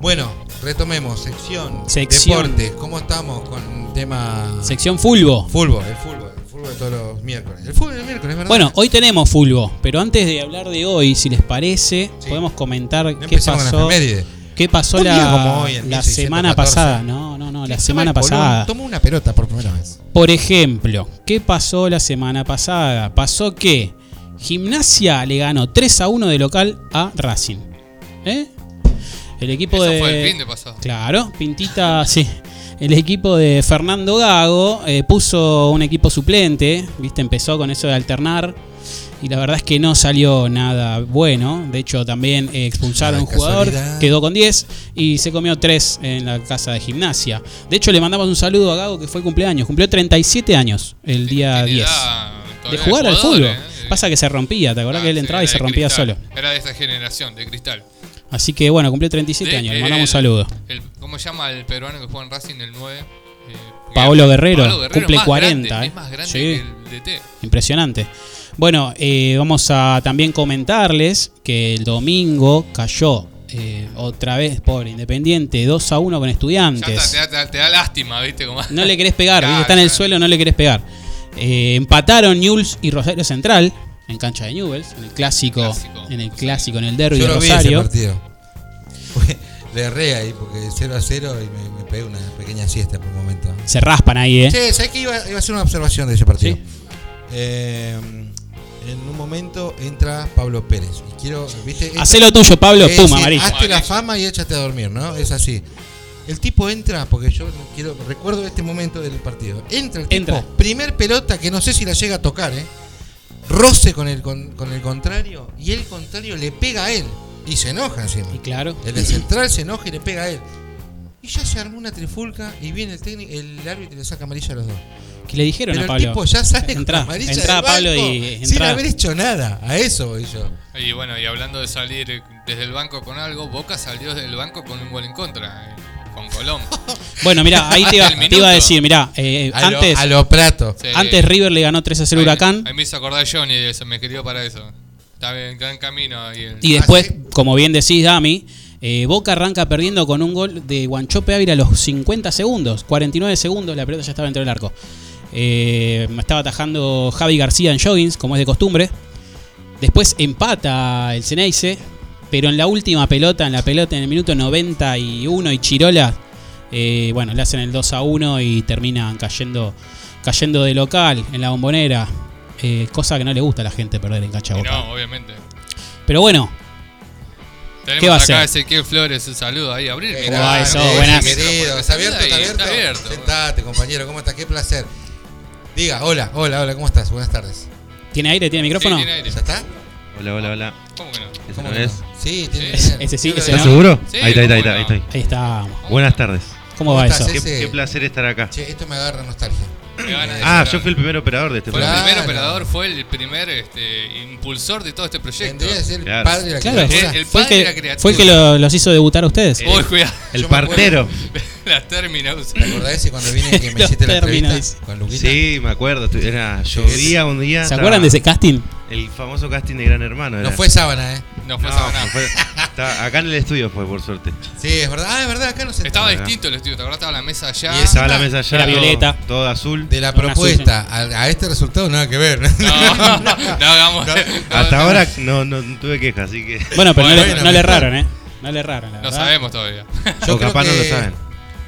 Bueno, retomemos, sección, Sección. deporte, ¿cómo estamos con el tema Ah. Sección Fulbo. fútbol? El fútbol, el fútbol de todos los miércoles. El fútbol del miércoles, ¿verdad? Bueno, hoy tenemos Fulbo, pero antes de hablar de hoy, si les parece, Sí. podemos comentar No qué empecemos con la pasó. efeméride. ¿Qué pasó Un día la, como hoy, en la 1614. semana pasada? No, no, no, la Toma semana el Colón, pasada. Toma una pelota por primera vez. Por ejemplo, ¿qué pasó la semana pasada? Pasó que Gimnasia le ganó 3 a 1 de local a Racing. ¿Eh? El equipo Eso de. fue el fin de pasado. Claro, Pintita, [LAUGHS] sí. El equipo de Fernando Gago eh, puso un equipo suplente, ¿viste? Empezó con eso de alternar. Y la verdad es que no salió nada bueno. De hecho, también eh, expulsaron a un Nada de jugador, casualidad. quedó con 10 y se comió 3 en la casa de gimnasia. De hecho, le mandamos un saludo a Gago que fue cumpleaños. Cumplió 37 años el día Tiene 10. edad De todavía jugar al fútbol. jugadores, ¿eh? Pasa que se rompía, ¿te acordás Ah, que él sí, entraba y era se de rompía cristal. solo? Era de esa generación, de cristal. Así que bueno, cumplió 37 De- eh, años. Le el- mandamos un saludo. el- ¿Cómo se llama el peruano que juega en Racing el 9? Eh, Paolo Guerrero, cumple es más 40, grande, ¿eh? Es más grande Sí. que el DT. Impresionante. Bueno, eh, vamos a también comentarles que el domingo cayó eh, otra vez por Independiente 2 a 1 con Ya está, Estudiantes. te, da- te da- te da lástima, ¿viste? Como- No le querés pegar, Claro, ¿viste? está en el [LAUGHS] claro. suelo, no le querés pegar. Eh, empataron Newells y Rosario Central en cancha de Newells, en el clásico, Clásico. en el clásico, en el derby Yo de lo vi ese Rosario. partido. Le erré ahí porque 0 a 0 y me, me pegué una pequeña siesta por un momento. Se raspan ahí, ¿eh? Che, ¿sabés que iba, iba a hacer una observación de ese partido? Sí. Eh, en un momento entra Pablo Pérez. Y quiero, ¿viste? Entra- Hacé lo tuyo, Pablo. Es Pum, decir, amarillo. Hazte la Amarillo. fama y échate a dormir, ¿no? Es así. El tipo entra, porque yo quiero recuerdo este momento del partido. Entra el tipo, Entra. primer pelota que no sé si la llega a tocar, ¿eh? Roce con el, con, con el contrario y el contrario le pega a él. Y se enoja encima. Y claro. El de central se enoja y le pega a él. Y ya se armó una trifulca y viene el técnico, el árbitro y le saca amarilla a los dos. ¿Qué le dijeron Pero a el Pablo? tipo ya sale Entrá, con amarilla entrá, del Pablo, banco y sin entrá. haber hecho nada. A eso voy yo. Y bueno, y hablando de salir eh, desde el banco con algo, Boca salió del banco con un gol en contra, eh, con Colón. [LAUGHS] Bueno, mirá, ahí [LAUGHS] te iba, Hasta el te iba a minuto. decir, mirá, eh, A lo- antes, a los pratos. Sí. antes River le ganó 3 a 0 Ahí- Huracán. Ahí me hizo acordar Johnny de eso, me escribió para eso. Está bien, está en camino. ahí el- Y Ah, después, sí. como bien decís, Dami, eh, Boca arranca perdiendo con un gol de Guanchope Ávila a los 50 segundos, 49 segundos, la pelota ya estaba dentro del arco. Eh, estaba atajando Javi García en joggings, como es de costumbre. Después empata el Ceneice, pero en la última pelota, en la pelota en el minuto 91 y Chirola, eh, bueno, le hacen el 2 a 1 y terminan cayendo, cayendo de local en la bombonera. Eh, cosa que no le gusta a la gente perder en cancha de Y Boca. no, obviamente. Pero bueno, Tenemos ¿Qué va a acá ser? a Ezequiel Flores, un saludo ahí, abrir Eh, el ¿Cómo va eso? micrófono. Grande, Buenas. Querido, ¿está abierto? ¿Está Ahí, abierto? Está abierto. Sentate, compañero, ¿cómo estás? Qué placer. Diga, hola, [LAUGHS] hola, hola, ¿cómo estás? Buenas tardes. ¿Tiene aire? ¿Tiene Sí, micrófono? tiene aire. ¿Ya está? Hola, hola, hola. ¿Cómo que no? ¿Esa ¿Cómo no que es? no? Sí, tiene Sí. bien. Ese sí, Yo lo ese veo. ¿Estás no. seguro? Sí, ahí está, ahí está, ahí está, ¿cómo ahí no? estoy. Ahí estamos. Buenas tardes. ¿Cómo ¿Cómo va estás, eso? eh? Qué, Sí. qué placer estar acá. Che, esto me agarra nostalgia. Me van a decir Ah, ahora. yo fui el primer operador de este Fue el programa. primer Claro. operador, fue el primer este, impulsor de todo este proyecto. Tendría que ser el Claro. padre de la Claro, criatura. el fue el padre de la que, criatura. fue el que lo- los hizo debutar a ustedes. Uy, cuidado. El Yo me acuerdo. partero. [LAUGHS] Las términos. ¿Te acordás ese cuando vine que me Los hiciste la términos, entrevista con Luquita? Sí, me acuerdo. tu- Era llovía un día. ¿Se estaba acuerdan de ese casting? El famoso casting de Gran Hermano. No era. fue sábana, ¿eh? No fue No, esa nada. no fue- estaba- acá en el estudio fue, por suerte. Sí, es verdad. Ah, es verdad, acá no se Estaba Acá. distinto el estudio, ¿te acordás? Estaba la mesa allá. Y esa- Estaba la mesa allá. Era todo- violeta. Todo, azul. De la Una propuesta a, a este resultado nada que ver. [LAUGHS] No, no, hagamos. no, Hasta no, ahora no, no, no tuve queja, así que. Bueno, pero no, le, Bueno, bueno, no le mejor. erraron, ¿eh? No le erraron, la No verdad. sabemos todavía. o capaz no lo saben.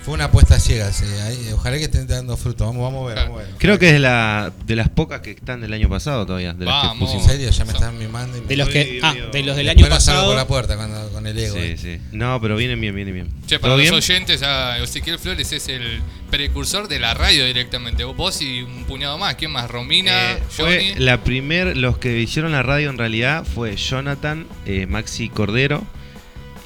Fue una apuesta ciega, sí. ahí, ojalá que estén dando fruto. Vamos, vamos a ver, vamos a ver. Creo que es de, la, de las pocas que están del año pasado todavía. De las que Vamos. ¿En pusimos. serio? Ya me están mimando. y me- De los, que, Dios ah, mío. de los del Después año no salgo por la pasado. puerta cuando- con el ego. eh. Sí, sí. No, pero vienen bien, vienen bien. Che, para ¿Todo los bien? oyentes, ya Ezequiel Flores es el precursor de la radio directamente. Vos y un puñado más. ¿Quién más? Romina, Eh, Johnny. fue la primer, los que hicieron la radio en realidad fue Jonathan, eh, Maxi Cordero,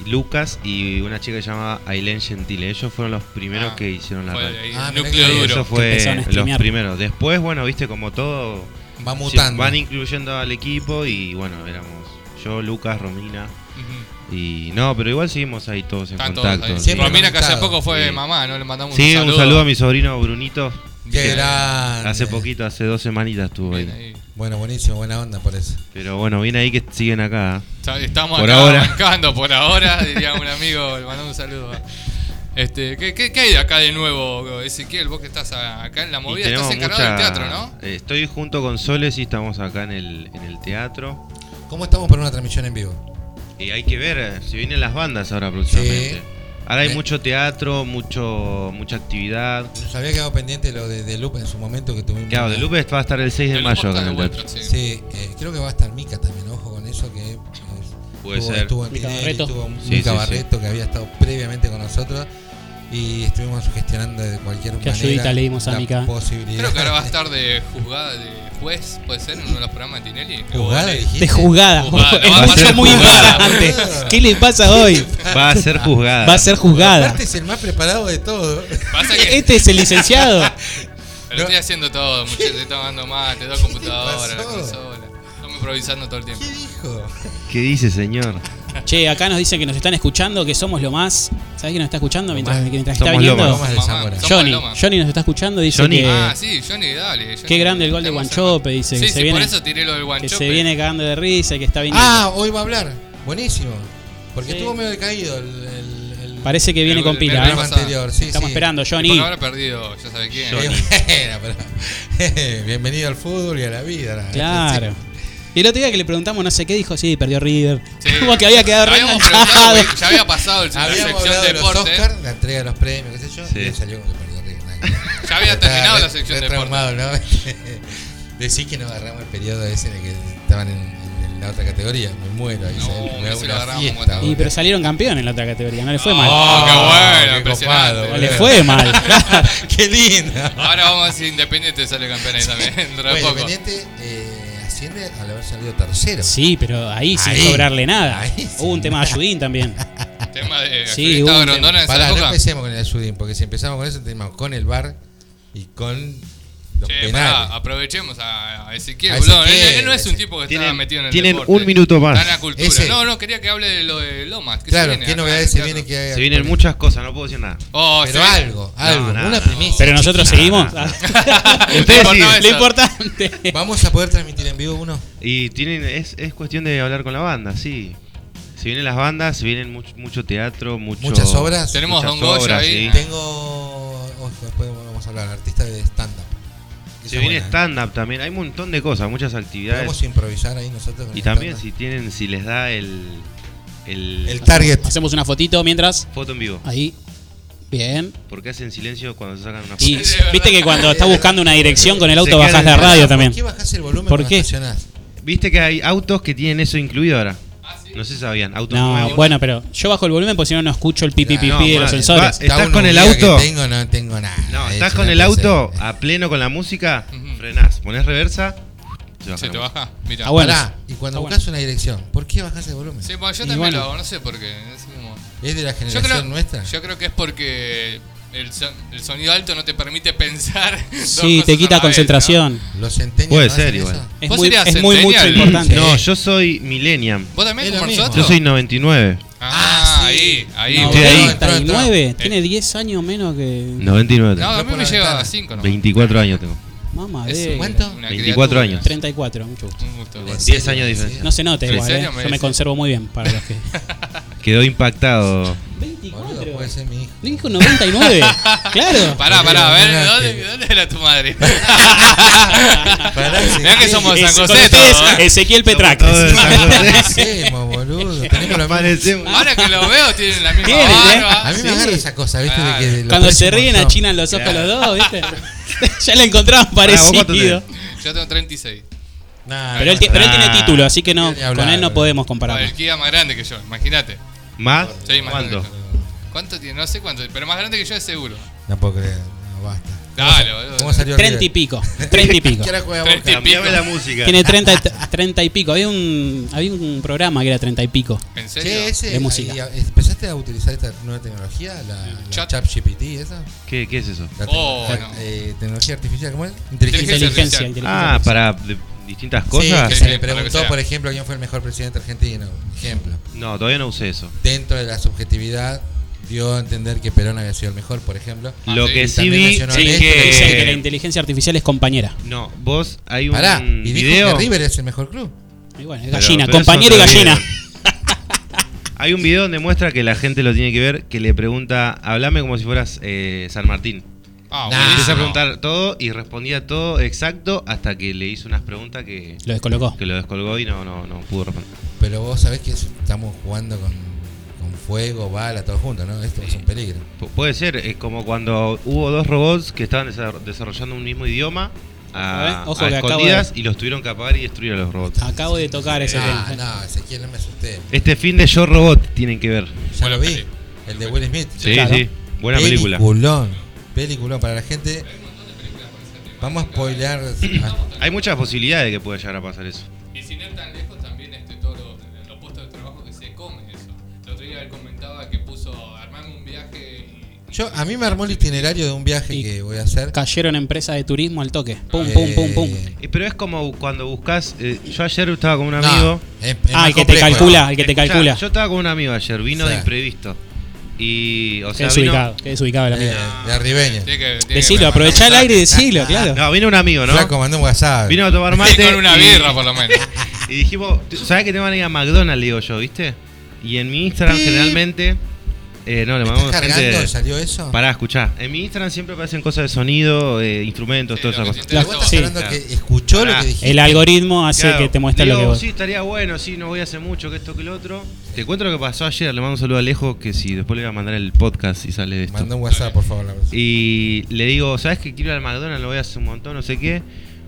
Lucas y una chica que se llamaba Aileen Gentile. Ellos fueron los primeros Ah, que hicieron la fue radio. ahí, Ah, el mirá núcleo que- duro. Eso Que empezaron a fue los streamear. primeros. Después, bueno, viste como todo Va sí, mutando. van incluyendo al equipo y bueno, éramos Yo, Lucas, Romina. Y no, pero igual seguimos ahí todos en Están todos contacto. ahí. sí. Siempre Romina, que hace conectados. poco fue Sí. mamá, ¿no? Le mandamos Sí, un saludo. a mi sobrino Brunito. Qué que grande. Hace poquito, hace dos semanitas estuvo Bien, ahí. ahí. Bueno, buenísimo, buena onda por eso. Pero bueno, viene ahí que siguen acá. ¿eh? Está- Estamos Por acá ahora. arrancando por ahora, diría un amigo, le mandamos un saludo. Este, ¿qué, qué, qué hay de acá de nuevo, Ezequiel? Vos que estás acá en la Y movida, tenemos estás encargado del mucha- teatro, ¿no? Eh, Estoy junto con Soles y estamos acá en el, en el teatro. ¿Cómo estamos para una transmisión en vivo? Y hay que ver, eh, si vienen las bandas ahora próximamente. Sí. Ahora hay Eh. mucho teatro, mucho mucha actividad. Nos Pues había quedado pendiente lo de, de Lupe en su momento que tuvimos. Claro, de Lupe va a estar el 6 de El mayo Lupo acá está en de el vuelta, teatro. sí. Sí, eh, creo que va a estar Mica también, ojo con eso que eh, Puede estuvo, ser. estuvo en Mica Tinelli, Barreto. estuvo Mica Sí, sí, sí. Barreto, que había estado previamente con nosotros y estuvimos gestionando de cualquier Qué manera ayudita le dimos a la Mica. posibilidad. Creo que ahora va a estar de juzgada, de juez, puede ser, en uno de los programas de Tinelli. jugada, Vale. dijiste. De juzgada. [LAUGHS] Juzgada, Es va a mucho ser muy juzgada. ignorante. ¿Qué le pasa hoy? Va a ser juzgada. Va a ser juzgada. Aparte es el más preparado de todo. [LAUGHS] Pasa que Este [LAUGHS] es el licenciado. pero estoy haciendo todo, muchachos, estoy tomando mate, [LAUGHS] dos computadoras, la pasó? consola. Estamos improvisando todo el tiempo. ¿Qué dijo? ¿Qué dice, señor? Che, acá nos dice que nos están escuchando, que somos lo más. ¿Sabés quién nos está escuchando mientras, más. mientras está Somos viniendo? lo Lomas de Mamá, Zamora. somos Johnny. Lomas. Johnny nos está escuchando, dice Johnny. que, Ah, sí, Johnny, dale. Johnny. Qué grande el gol de Estamos Guanchope, acá. dice, Sí, que sí, se viene- por eso tiré lo del que Guanchope. se viene cagando de risa y que está viniendo. Ah, hoy va a hablar. Buenísimo. Porque Sí. estuvo medio decaído el, el- el Parece que viene El- con el- pila, el- ¿eh? programa anterior. Sí, Estamos sí. esperando, Y Johnny. Por ahora perdido, ya sabes quién. Eh, [LAUGHS] bueno, pero- [LAUGHS] bienvenido al fútbol y a la vida. ¿no? Claro. Y el otro día que le preguntamos no sé qué, dijo, sí, perdió River. Sí. [LAUGHS] Como que había quedado re Habíamos enganchado. preguntado, porque Ya había pasado el la Habíamos sección hablado de los deporte. Oscar, la entrega de los premios, qué sé yo, Sí. y él salió con que perdió River, nada que ver. Ya había [LAUGHS] Estaba terminado re- la sección re deporte. traumado, ¿no? Decís que no [LAUGHS] agarramos el periodo ese en el que estaban en, en la otra categoría, me muero. Ahí No, ¿sabes? me no hago se lo una agarramos fiesta, cuando- Y boludo. pero salieron campeón en la otra categoría, no le fue Oh, mal. qué Ah, bueno, qué impresionante. copado, No le fue mal. [LAUGHS] [LAUGHS] ¡Qué lindo! Ahora vamos a decir Independiente sale [LAUGHS] campeón ahí también, [LAUGHS] dentro de Bueno, poco. Independiente eh, asciende al haber salido tercero. Sí, pero ahí sin Ahí. cobrarle nada. Ahí sin Hubo un tema [LAUGHS] de ayudín también. [LAUGHS] Tema de Sí, sí, hubo un Grondona en esa Pará, no época. empecemos con el Ayudín, porque si empezamos con eso, tenemos con el bar y con los Che, penales. Eh, pará, aprovechemos a, a Ezequiel, A boludo. Ezequiel, él, él no es un Ezequiel. tipo que está Tienen- metido en el tienen deporte. un minuto más. Está en la cultura. Ese. No, no, quería que hable de lo de Lomas. ¿Qué se claro, viene ¿qué acá novedades en se el teatro? vienen que hay? Se vienen muchas cosas, no puedo decir nada. Oh, Pero se viene- algo, algo, No, no, una no. primicia. Pero nosotros [LAUGHS] seguimos. Ustedes Importaba sí. eso. Lo importante. ¿Vamos a poder transmitir en vivo uno? Y tienen, es, es cuestión de hablar con la banda, sí. Se vienen las bandas, se vienen mucho, mucho teatro, mucho- Muchas obras. Tenemos muchas Don Goya obras, ahí. sí. Tengo. oh, después vamos a hablar, artista de stand-up. Esa Se es viene buena, ¿eh? stand-up también, hay un montón de cosas, muchas actividades. Podemos improvisar ahí nosotros. con Y el también si stand-up. tienen, si les da el, el, El target. Hacemos una fotito mientras. foto en vivo. Ahí. Bien. Porque hacen silencio cuando se sacan una foto. Y Sí, de viste que verdad. cuando estás buscando una dirección con el auto Se bajás quedan la en radio ¿Por también. qué bajás el volumen ¿Por cuando qué? estacionás? Viste que hay autos que tienen eso incluido ahora. Ah, No sé si sabían, autos No, nuevos. bueno, pero yo bajo el volumen porque si no no escucho el pipi Claro, pipi no, de los mal. sensores. Va- ¿Estás Está uno con el un día que auto? Tengo, no tengo nada. No, Eh, estás si con no el empecé. auto a pleno con la música, Ujú. frenás, ponés reversa, se baja Se la música. te baja. Mira. Ah, bueno. Pará, y cuando Está bueno. buscas una dirección, ¿por qué bajás el volumen? Sí, bueno, yo Y también bueno. lo hago, no sé por qué. es como- ¿Es de la Yo generación creo, nuestra? yo creo que es porque el, son- el sonido alto no te permite pensar. [LAUGHS] dos Sí, cosas te a quita la vez, concentración. Los centenios. Puede no hacen ser, eso? igual. Es ¿Vos muy, serías es muy mucho centennial? importante. No, yo soy millennium. ¿no? ¿Vos también Es como lo mismo. Yo nosotros? soy 99. Ah, Ah, sí. ahí, ahí. No, No, Estoy ahí. 99, Eh. tiene 10 años menos que. no, 99. a Entró mí por me la llega a ventana. 5, ¿no? 24 años tengo. Mamá ¿Es de. cuánto? Una 24 criatura. años. 34, mucho gusto. Un gusto. ¿En Diez serio? años de ¿En serio? diferencia. No se nota Sí, igual, serio, eh. me yo me dice. conservo muy bien para [LAUGHS] los que. Quedó impactado. Boludo, 24. puede ser mi hijo. Dijo 99. [LAUGHS] claro. Pará, pará, a ver, Una [LAUGHS] ¿dónde, que- dónde era tu madre? [LAUGHS] Pará, Mirá que somos Es- San con José ustedes, todos, ¿eh? Ezequiel Petrac. Somos todos de San [LAUGHS] José. [LAUGHS] Parecemos, boludo. Tenemos Ah, la Parecemos. Ahora que lo veo, tienen la misma Tienen, ¿eh? barba. A mí me agarra esa cosa, ¿viste? De que lo Cuando aprecio se un ríen montón. achinan los ojos los dos, [LAUGHS] ¿viste? [LAUGHS] ya le encontraban Pará, ¿vos cuánto parecido. Yo tengo 36. Nah, Pero él, no, ti- pero él tiene Ah. título, así que no, Ni hablar, con él no boludo. podemos A compararlo. ver, Kia más grande que yo, imagínate. ¿Más? Sí, más grande ¿Cuánto? que yo. ¿Cuánto tiene? No sé cuánto, pero más grande que yo es seguro. No puedo creer, no, basta. Dale, boludo. ¿Cómo salió Treinta y River? [LAUGHS] pico. Treinta y pico. ¿Qué hora juega Treinta y Boca? Cambiame la música. Tiene [LAUGHS] 30, y- 30 y pico. Había un, había un programa que era 30 y pico. ¿En serio? Che, ese, De música. ahí, a- ¿Empezaste a utilizar esta nueva tecnología? La, la Chat. ChatGPT, esa. ¿Qué, qué es eso? La Oh, tecno- no. eh, tecnología artificial, ¿cómo es? Inteligencia. Inteligencia Inteligencia, artificial. inteligencia Ah, artificial. para de- distintas Sí, cosas. que Sí, se le lo que preguntó, sea. por ejemplo, quién fue el mejor presidente argentino. Ejemplo. No, todavía no usé eso. Dentro de la subjetividad dio a entender que Perón había sido el mejor, por ejemplo. Ah, Lo sí, que y sí también vi mencionó es esto, Que dicen que la que... inteligencia artificial es compañera. No, vos hay un Pará, y dijo video... que River es el mejor club. Y bueno, es Pero- gallina, pero es compañera y otro gallina. video. Hay un video donde muestra que la gente lo tiene que ver, que le pregunta, hablame como si fueras eh, San Martín. Ah, Nah. Le empieza a buenísimo. preguntar todo y respondía todo exacto hasta que le hizo unas preguntas que, Lo descolocó. que lo descolgó y no, no, no pudo responder. Pero vos sabés que es- estamos jugando con, con fuego, bala, todo junto, ¿no? Esto es un peligro. Pu- puede ser, es como cuando hubo dos robots que estaban desa- desarrollando un mismo idioma a, A ver, ojo a que acabo Ah. escondidas y los tuvieron que apagar y destruir a los robots. Acabo de tocar ese tema. Ah, no, Ezequiel, no me asusté. Este fin de Yo Robot tienen que ver. Ya Buena lo vi. peli. El de Will Smith. Sí, claro. sí, buena película. Peliculón. Peliculón. Para la gente. Vamos a spoilear. ah, Hay muchas posibilidades de que pueda llegar a pasar eso. Y sin ir tan lejos también este, todos los, los puestos de trabajo que se comen eso. El otro día él comentaba que puso armarme un viaje y... Yo, a mí me armó el itinerario de un viaje Y- que voy a hacer. Cayeron empresas de turismo al toque. Pum, pum, pum, pum. Eh, Eh, Pero es como cuando buscas. eh, yo ayer estaba con un no, amigo. es- es Ah, más el que te complejo. calcula, el que te Escuchá, calcula. Yo estaba con un amigo ayer, vino Sí. de imprevisto. Y, o Qué sea, vino. desubicado, qué desubicado el Eh, amigo. de Tiene arribeño. que- tiene que Decilo, mandar aprovechá el un- aire y decilo, claro. No, vino un amigo, ¿no? Flaco, mandó un WhatsApp. Vino a [LAUGHS] tomar mate. Con una y- birra por lo menos. Y dijimos, ¿sabes que te van a ir a McDonald's? Le digo yo, ¿viste? Y en mi Instagram generalmente. eh, no, le ¿Me mandamos estás cargando? gente. ¿Salió eso? Pará, escuchá. En mi Instagram siempre aparecen cosas de sonido, eh, instrumentos, Sí, todas lo esas que cosas. te Pero vos estás Sí. hablando Claro. que escuchó lo Pará. que dijiste. El algoritmo hace que te muestre Digo, lo que vos. Sí, estaría bueno, sí, no voy hace mucho que esto que el otro. Te cuento lo que pasó ayer, le mando un saludo a Alejo, que si después le voy a mandar el podcast y sale esto. Mandó un WhatsApp, por favor. la verdad. Y le digo, ¿sabes que quiero ir al McDonald's? Lo voy hace un montón, no sé qué.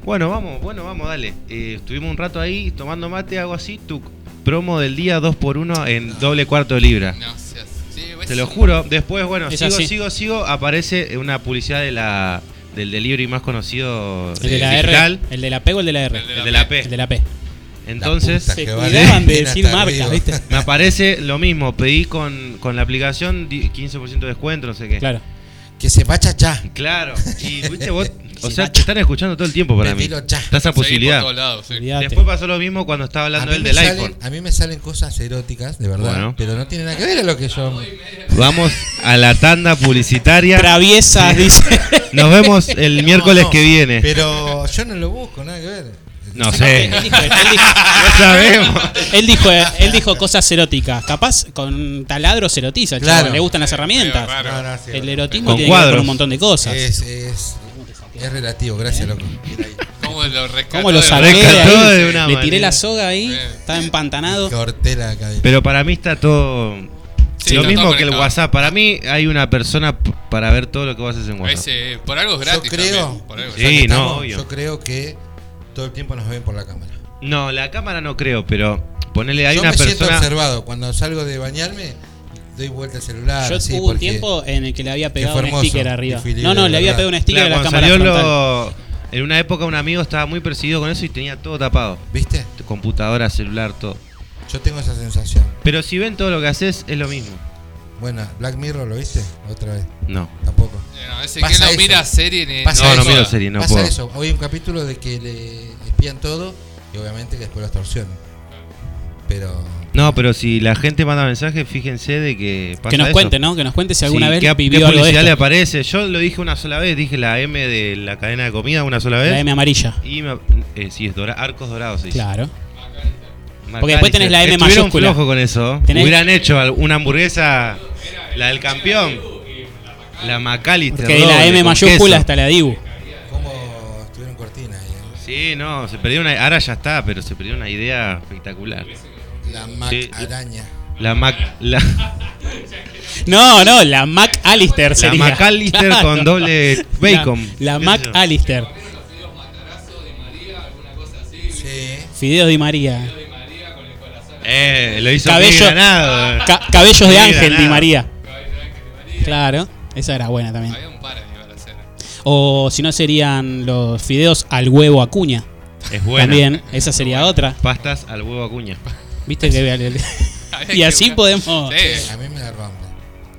Bueno, vamos, bueno, vamos, dale. Eh, estuvimos un rato ahí tomando mate, hago así, tu promo del día 2x1 en doble cuarto de libra. No seas... Sí, ves- Te lo juro. Después, bueno, Es sigo, así. sigo, sigo, aparece una publicidad de la del delivery más conocido El de eh, la digital, R. El de la P o el de la R. El el de la P. El de la P. Entonces, La puta Se que vale, cuidaban de Argentina decir está marcas, arriba. ¿viste? Me aparece lo mismo, pedí con, con la aplicación di- 15% de descuento, no sé qué. Claro. Que se va chachá. Claro. Y viste [LAUGHS] vos, o Sí, sea, macho. te están escuchando todo el tiempo para mí. Metilo ya. Está esa Seguí por posibilidad. todos lados, sí. Olvidate. Después pasó lo mismo cuando estaba hablando él me del salen- iPhone. a mí me salen cosas eróticas, de verdad, Bueno. pero no tiene nada que ver a lo que yo. Vamos a la tanda publicitaria. Traviesas, [LAUGHS] dice. Nos vemos el No, miércoles no, que viene. Pero yo no lo busco, nada que ver. No sé. Él [LAUGHS] dijo- él dijo- No sabemos. Él dijo, eh, él dijo cosas eróticas. Capaz con taladro se erotiza, Claro. chabón, le gustan las herramientas. Claro. No, no, sí, El no. erotismo Con tiene que ver con cuadros. un montón de cosas. ¿Eh? es, es, es relativo, gracias, loco. ¿Cómo lo rescató? ¿Cómo lo de- saqué? de Rescató ahí? de una Le manera. tiré la soga ahí, Bien. estaba empantanado. Corté la cadena. Pero para mí está todo. Sí, lo está mismo todo que el conectado. WhatsApp. Para mí hay una persona p- para ver todo lo que vos haces en WhatsApp. Ese, eh. por algo es yo gratis creo. también, por algo. ya que Sí, no, estamos, obvio. Yo creo que todo el tiempo nos ven por la cámara. No, la cámara no creo, pero ponele, hay yo una me siento persona. observado. Cuando salgo de bañarme, doy vuelta al celular. Yo sí, hubo un porque- tiempo en el que le había pegado fue un hermoso, sticker arriba. difícil, No, no, de le había verdad. pegado un sticker Claro, a la cuando cámara salió lo- frontal. En una época un amigo estaba muy perseguido con eso y tenía todo tapado. ¿Viste? Computadora, celular, todo. Yo tengo esa sensación. Pero si ven todo lo que haces, es lo mismo. Bueno, Black Mirror, ¿lo viste? Otra vez. No. Tampoco. Eh, No, ese que Pasa no eso. mira serie ni Pasa no, eso. no miro serie, no Pasa puedo. eso. Hoy hay un capítulo de que le espían todo y obviamente que después los torsionan. Pero. No, pero si la gente manda mensajes, fíjense de que pasa Que nos eso. cuente, ¿no? Que nos cuente si Sí, alguna vez ¿qué, vivió qué algo de publicidad le esto. aparece? Yo lo dije una sola vez, dije la M de la cadena de comida una sola vez. La M amarilla. Y me, eh, sí, es dora- arcos dorados. se dice. Claro. Macalister. Porque después tenés la M Estuvieron mayúscula. flojo con eso. Tenés- Hubieran hecho al- una hamburguesa, la del campeón. La Macalister. Porque de la doble, M con mayúscula queso. hasta la Dibu. ¿Cómo estuvieron cortinas ahí? eh? Sí, no, se perdió una. Ahora ya está, pero se perdió una idea espectacular. La Mac Sí. Araña. La Mac. La, [LAUGHS] No, no, la Mac Alister la sería. Macalister Claro. con doble bacon. La, la ¿Qué Mac sé yo? Alister. Sí. Fideos de María. Eh, lo hizo eh. Cabello- muy granado. Ca- cabellos de Mira, Ángel Di nada. María. Claro, esa era buena también. Había un par ahí para hacer. O si no serían los fideos al huevo acuña. Es buena. También, esa sería otra. Pastas al huevo acuña. Viste que Había y que así buscar- podemos. Sí. A mí me agarró hambre.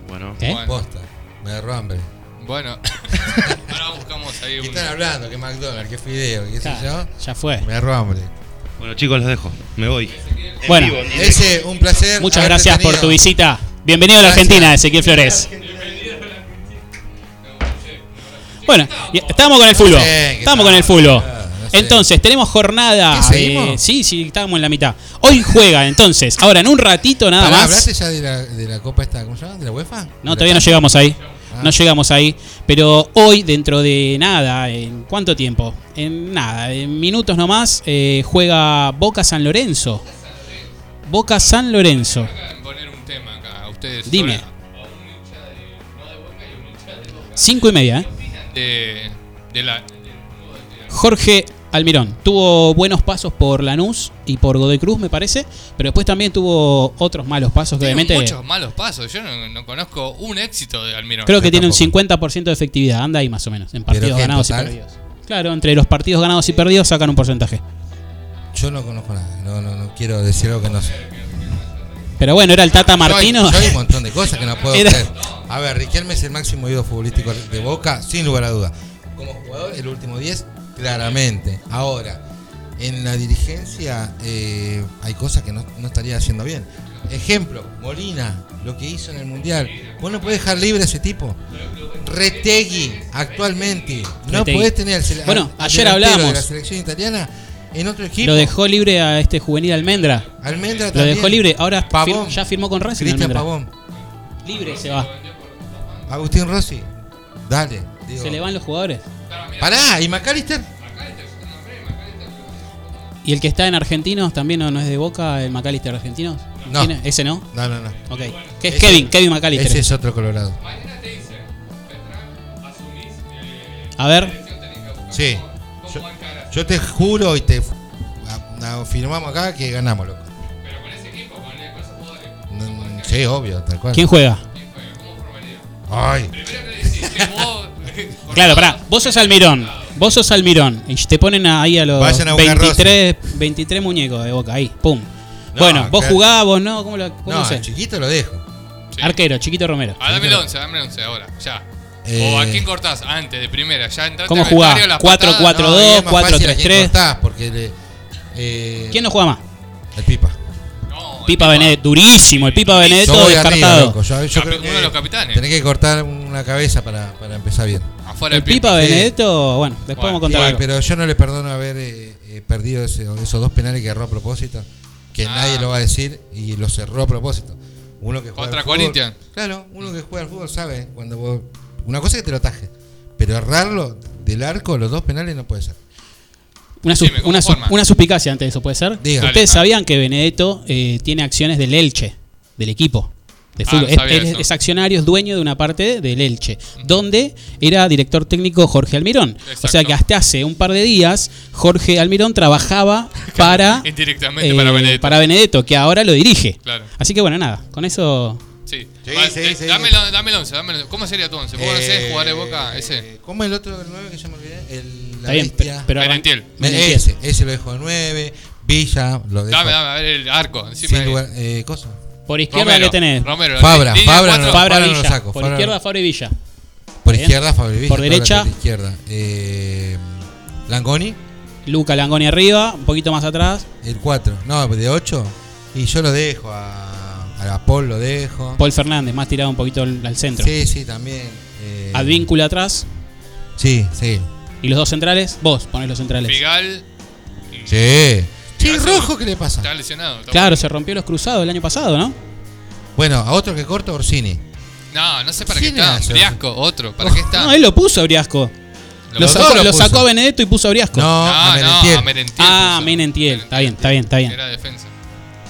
Bueno. ¿Eh? Bueno, Posta. Me agarró hambre. Bueno, ahora buscamos ahí ¿Qué un. están hablando? Que McDonald's, que Fideo, qué sé yo. Ya, ya fue. Me agarró hambre. Bueno, chicos, los dejo. Me voy. Bueno, Ese, un placer. muchas haberte gracias por tenido. tu visita. Bienvenido a la Gracias. Argentina, Ezequiel Flores. Bueno, y estamos con el fulbo. Bien, que Estamos con el está. fulbo. Ah, no sé. Entonces, tenemos jornada. ¿Qué, seguimos? eh, sí, sí, estábamos en la mitad. Hoy juega, entonces. Ahora, en un ratito nada Pará, más. ¿Hablaste ya de la, de la Copa esta? ¿Cómo se llama? ¿De la UEFA? Ah. No, todavía no llegamos ahí. No llegamos ahí. Pero hoy, dentro de nada, ¿en cuánto tiempo? En nada, en minutos nomás, eh, juega Boca San Lorenzo. Boca San Lorenzo. Hagan Poner un tema acá a ustedes. Dime. ahora, Cinco y media, ¿eh? De, de la. Jorge Almirón tuvo buenos pasos por Lanús y por Godoy Cruz, me parece. Pero después también tuvo otros malos pasos que, Tiene obviamente. muchos malos pasos. Yo no, no conozco un éxito de Almirón. Creo que Yo tiene un tampoco. 50% de efectividad. Anda ahí más o menos. En partidos qué, en ganados y total? perdidos. Claro, entre los partidos ganados y perdidos sacan un porcentaje. Yo no conozco nada. No, no, no quiero decir algo que no sé. Pero bueno, era el Tata Martino. Soy, soy un montón de cosas que no puedo Era- creer. A ver, Riquelme es el máximo ídolo futbolístico de Boca, sin lugar a duda. Como jugador, el último 10, claramente. Ahora, en la dirigencia eh, hay cosas que no, no estaría haciendo bien. Ejemplo, Molina, lo que hizo en el Mundial. Vos no podés dejar libre a ese tipo. Retegui, actualmente. No Retegui. podés tener al sele- al- Bueno, al ayer delantero hablábamos. de la selección italiana en otro [LAUGHS] equipo. Lo dejó libre a este juvenil Almendra. Almendra Lo también. dejó libre. Ahora fir- Pavón. ya firmó con Racing. Cristian Almendra. Pavón. Libre se va. Agustín Rossi, dale. Digo. Se le van los jugadores. Pará, ¿y McAllister? ¿Y el que está en Argentinos también no, no es de Boca, el McAllister argentino? No. ¿Tiene? ¿Ese no? No, no, no. Ok. Que es Ese- Kevin, Kevin McAllister. Ese es otro Colorado. A ver, Sí. Yo, yo te juro y te a- afirmamos acá que ganamos, loco. Mm, Sí, obvio, tal cual. ¿quién juega? Ay, Vos- [LAUGHS] Claro, pará. Vos sos Almirón. Vos sos Almirón. Y te ponen ahí a los Vayan a buscar 23, 23 muñecos de Boca, ahí. Pum. No, bueno, vos claro. jugabas, vos no, ¿cómo lo cómo no, sé? al chiquito lo dejo. Sí. Arquero, Chiquito Romero. Ah, dame el 11, dame el 11 ahora, ya. Eh. O a quién cortás antes, de primera. Ya entraste ¿Cómo al jugás? vestuario, las Cuatro, patadas, cuatro, no, dos. y es más fácil a 4-3-3. quien cortás, porque le. eh, ¿Quién no juega más? El Pipa. no, el Pipa Benedetto, durísimo. El Pipa Yo Benedetto voy arriba, descartado. loco, yo- yo Capi- creo uno que de los capitanes. Tenés que cortar una cabeza para, para empezar bien. Afuera el el Pipa Pipa. Benedetto, bueno, después Bueno, vamos a contar Sí, algo. pero yo no le perdono haber eh, eh, perdido ese- esos dos penales que erró a propósito, que Ah. nadie lo va a decir y los erró a propósito. Uno que juega Contra al fútbol- Corinthians. Claro, uno que juega al fútbol sabe cuando vos- una cosa es que te lo taje, pero errarlo del arco los dos penales no puede ser. Una, sus- Dime, ¿cómo una, sus- forma? una suspicacia antes de eso, ¿puede ser? Diga. Ustedes Dale. sabían que Benedetto eh, tiene acciones del Elche, del equipo. De Ah, fútbol. no Es- sabía él es, eso. es accionario, es dueño de una parte del Elche, donde era director técnico Jorge Almirón. O sea Exacto. que hasta hace un par de días Jorge Almirón [LAUGHS] trabajaba para, Indirectamente eh, para Benedetto. para Benedetto, que ahora lo dirige. Claro. Así que bueno, nada, con eso Sí, Sí, Va, sí, eh, sí. Dame, el, dame el 11, dame el 11. ¿Cómo sería tu 11? ¿Vos conocés Eh, jugar de boca? Ese. ¿Cómo el otro del 9 que yo me olvidé? El, la está bien. bestia. pero- pero arran- Merentiel. Me- Merentiel. ese, ese lo dejo de 9, Villa lo dejo Dame, dame, a ver el arco. sin Decime ahí. lugar- eh, cosa. Por izquierda Romero, que tenés. Romero, Fabra, línea Fabra cuatro. no. Fabra Ahora lo Villa. saco, por ahora- izquierda Fabra y Villa. Por Bien. izquierda Fabri Villa, Por toda la derecha. pelota izquierda. Eh, Langoni Luca Langoni arriba, un poquito más atrás. El 4, no, de 8. Y yo lo dejo, a, a la Paul lo dejo. Paul Fernández, más tirado un poquito al al centro. Sí, sí, también. eh, Advíncula atrás. Sí, sí. ¿Y los dos centrales? Vos ponés los centrales. Figal. Sí. Sí, Gracias. rojo, ¿qué le Está pasa? lesionado. está Claro, se rompió los cruzados el año pasado, ¿no? Bueno, a otro que corto, Orsini. No, no sé para qué ¿Quién está. era eso? Briasco, otro. ¿Para qué está? [LAUGHS] No, él lo puso a Briasco. Lo Lo- Los sacó, dos lo lo puso. sacó a Benedetto y puso a Briasco. No, No, a no, Merentiel. a Merentiel. Ah, puso. Menentiel. Está bien, está bien, está bien. Era defensa.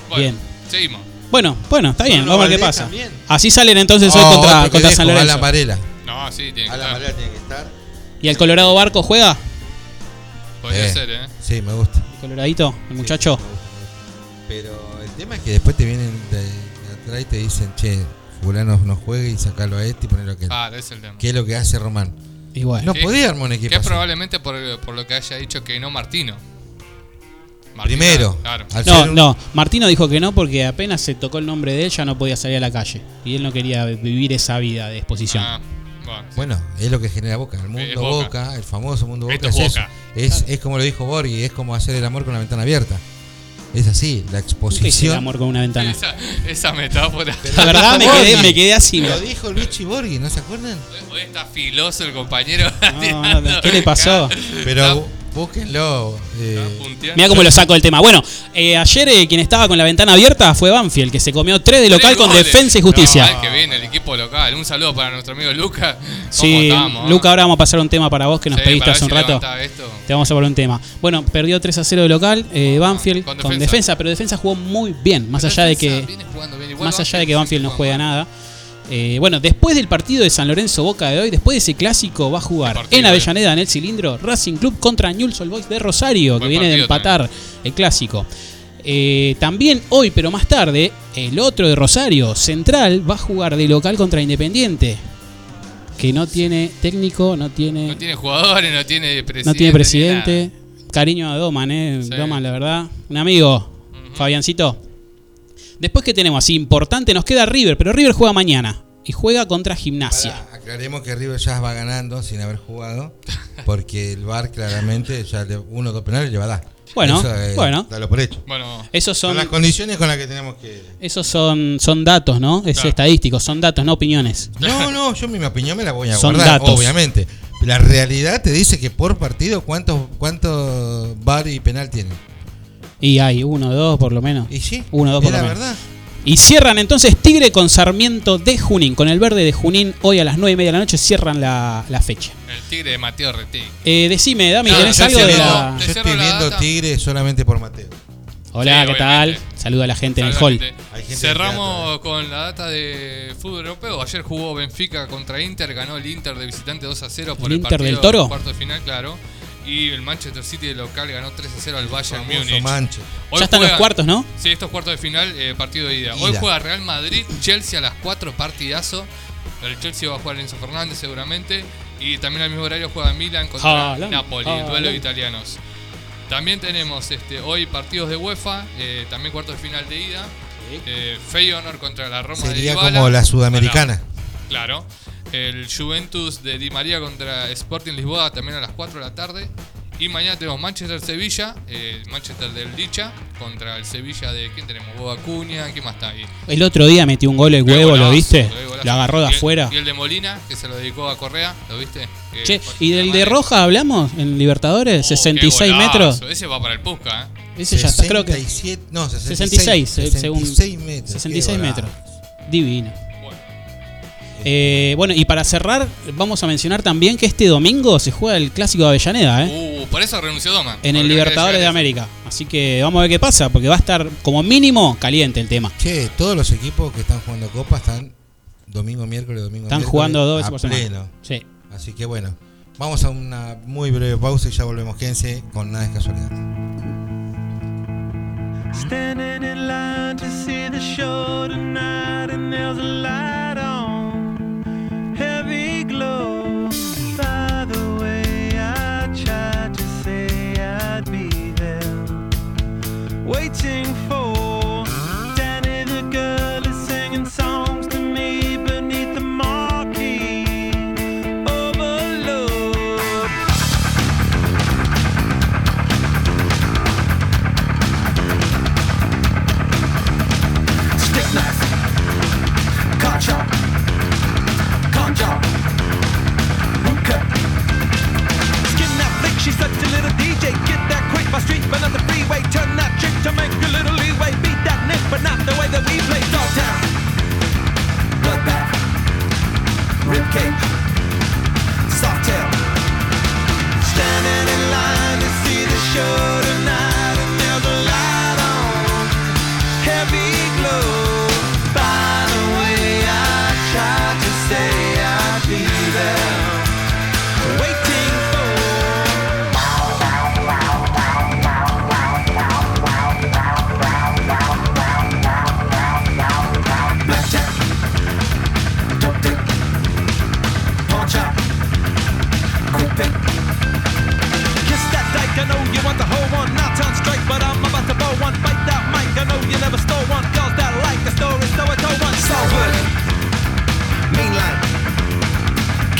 Bueno, Bien. seguimos. Bueno, bueno, está bien, Bruno vamos a ver qué Valdés pasa. también. Así salen entonces hoy Oh, contra, otro que contra dejo, San Alan Lorenzo. Varela. No, sí, tiene que Alan estar. Varela tiene que estar. ¿Y el Colorado Barco juega? Podría Eh, ser, ¿eh? Sí, me gusta. El Coloradito, el muchacho. Sí, me gusta, me gusta. Pero el tema es que después te vienen de, de atrás y te dicen, che, fulano no juegue y sacalo a este y ponelo a aquel. Claro, ese es el tema. ¿Qué es lo que hace Román? Y bueno, No Sí. podía armar un equipo. Que es así. probablemente por, por lo que haya dicho que no Martino. [LAUGHS] Martino, Primero. Claro. al no, ser un- no. Martino dijo que no porque apenas se tocó el nombre de él ya no podía salir a la calle. Y él no quería vivir esa vida de exposición. Ah, Bueno, sí. Bueno, es lo que genera Boca. El mundo Es Boca. Boca. el famoso mundo Boca. Esto es es, Boca. eso. Es, es como lo dijo Borghi, es como hacer el amor con la ventana abierta. Es así, la ¿Qué es el exposición. amor con una ventana? esa, esa metáfora. La verdad me quedé, Borghi. me quedé así. Lo dijo el Vichy Borghi, ¿no se acuerdan? Hoy está filoso el compañero. [LAUGHS] No, no, ¿Qué le pasó? Pero bu- búsquenlo. eh, Mira cómo lo saco del tema. Bueno, eh, ayer eh, quien estaba con la ventana abierta fue Banfield, que se comió tres de local con defensa y justicia. que bien, el equipo local. Un saludo para nuestro amigo Luca. ¿Cómo sí, estamos, Luca, ah? ahora vamos a pasar un tema para vos que nos Sí, pediste para ver hace un si rato. levanta esto. Ah, Te vamos a poner un tema. Bueno, perdió 3 a 0 de local, eh, Banfield con con defensa. defensa. pero defensa jugó muy bien, más allá de que Viene jugando bien. Igual más allá de que Banfield no sí juega nada. Eh, bueno, después del partido de San Lorenzo Boca de hoy, después de ese clásico, va a jugar Qué partido, en eh. Avellaneda, en el cilindro, Racing Club contra Newell's Old Boys de Rosario, que Buen viene de partido empatar el clásico. Eh, también hoy, pero más tarde, el otro de Rosario, Central, va a jugar de local contra Independiente, que no tiene técnico, no tiene, No tiene jugadores, no tiene presidente. no tiene ni presidente. nada. Cariño a Doman, ¿eh? Sí. Doman, la verdad. Un amigo, Fabiancito. Después que tenemos así importante, nos queda River, pero River juega mañana y juega contra Gimnasia. Ahora, aclaremos que River ya va ganando sin haber jugado, porque el VAR claramente ya le- uno o dos penales le va a dar. Bueno, bueno. dalo por hecho. Bueno, Esos Son son, las condiciones con las que tenemos que. esos son, son datos, ¿no? Es Claro. estadístico, son datos, no opiniones. No, no, yo mi opinión me la voy a Son guardar, datos. obviamente. La realidad te dice que por partido, ¿cuántos cuántos VAR y penal tienen? Y hay uno, dos por lo menos. Y sí, Uno, dos por es lo la menos. verdad. Y cierran entonces Tigre con Sarmiento de Junín. Con el verde de Junín, hoy a las nueve y media de la noche cierran la, la fecha. el tigre de Mateo Retín. Eh, decime, Dami, No, ¿tenés yo algo sí de veo- la.? Te yo cierro estoy la viendo data. Tigre solamente por Mateo. Hola, Sí, ¿qué tal? obviamente. Saluda a la gente en el hall. Saludate. Hay gente Cerramos con la data de fútbol europeo. Ayer jugó Benfica contra Inter, ganó el Inter de visitante 2 a 0 por ¿El el, Inter partido del Toro? de cuarto de final, claro. Y el Manchester City de local ganó 3 a 0 al Bayern Famoso Múnich. Manche. Hoy ya están juega- los cuartos, ¿no? Sí, estos cuartos de final, eh, partido de ida. Hoy Ida. juega Real Madrid, Chelsea a las 4, partidazo. El Chelsea va a jugar Enzo Fernández seguramente. Y también al mismo horario juega Milan contra Haaland, Napoli, el duelo Haaland. de italianos. También tenemos este, hoy partidos de UEFA, eh, también cuartos de final de ida. Eh, Feyenoord contra la Roma de Sería Dybala. como la sudamericana. Claro. El Juventus de Di María contra Sporting Lisboa también a las 4 de la tarde. Y mañana tenemos Manchester Sevilla, eh, Manchester del Dicha contra el Sevilla de quién tenemos, Boba Acuña, ¿quién más está ahí? El otro día metió un gol el Qué huevo, ¿lo golazo, viste? qué golazo. Lo agarró de Y el- afuera. Y el de Molina, que se lo dedicó a Correa, ¿lo viste? Eh, Que Che, fue ¿y del de madre. Roja hablamos en Oh, Libertadores? qué 66 golazo. metros. Ese va para el Pusca, ¿eh? Ese ya está, creo que. 67, no, 66, 66, eh, según- 66 metros. 66 qué golazo. metros. Divino. Bueno, Eh, bueno, y para cerrar, vamos a mencionar también que este domingo se juega el clásico de Avellaneda, ¿eh? uh, por eso renunció Doman. En porque el Libertadores de quería llegar América. Así que vamos a ver qué pasa, porque va a estar como mínimo caliente el tema. Che, todos los equipos que están jugando Copa están domingo, miércoles, domingo, Están miércoles, jugando dos veces por a semana. pleno. Sí. Así que bueno, vamos a una muy breve pausa y ya volvemos, quédense con nada de casualidad. Standing in line to see the show tonight, and there's a light on, heavy glow. By the way, I tried to say I'd be there, waiting for Danny the girl is singing songs to me beneath the marquee. Overload. Stick knife, car chop, con job, root cut. Skin that flick, she's such a little DJ. Get that quick, my street, but not the freeway. Turn that trick to make a little leeway. Beat that nick, but not the way that we play. Dog town, bloodbath, ribcage, softail. Standing in line to see the show tonight, and there's a light on, heavy glow. By the way, I tried to say I'd be there waiting for. Blackjack, dope dick, pawn shop, quick pick. Kiss that dyke, I know you want the whole one. Not on strike, but I'm about to blow one. Bite that mic, I know you never stole one. Girls that like the story, so I told one. So Saltwood, mainline, K,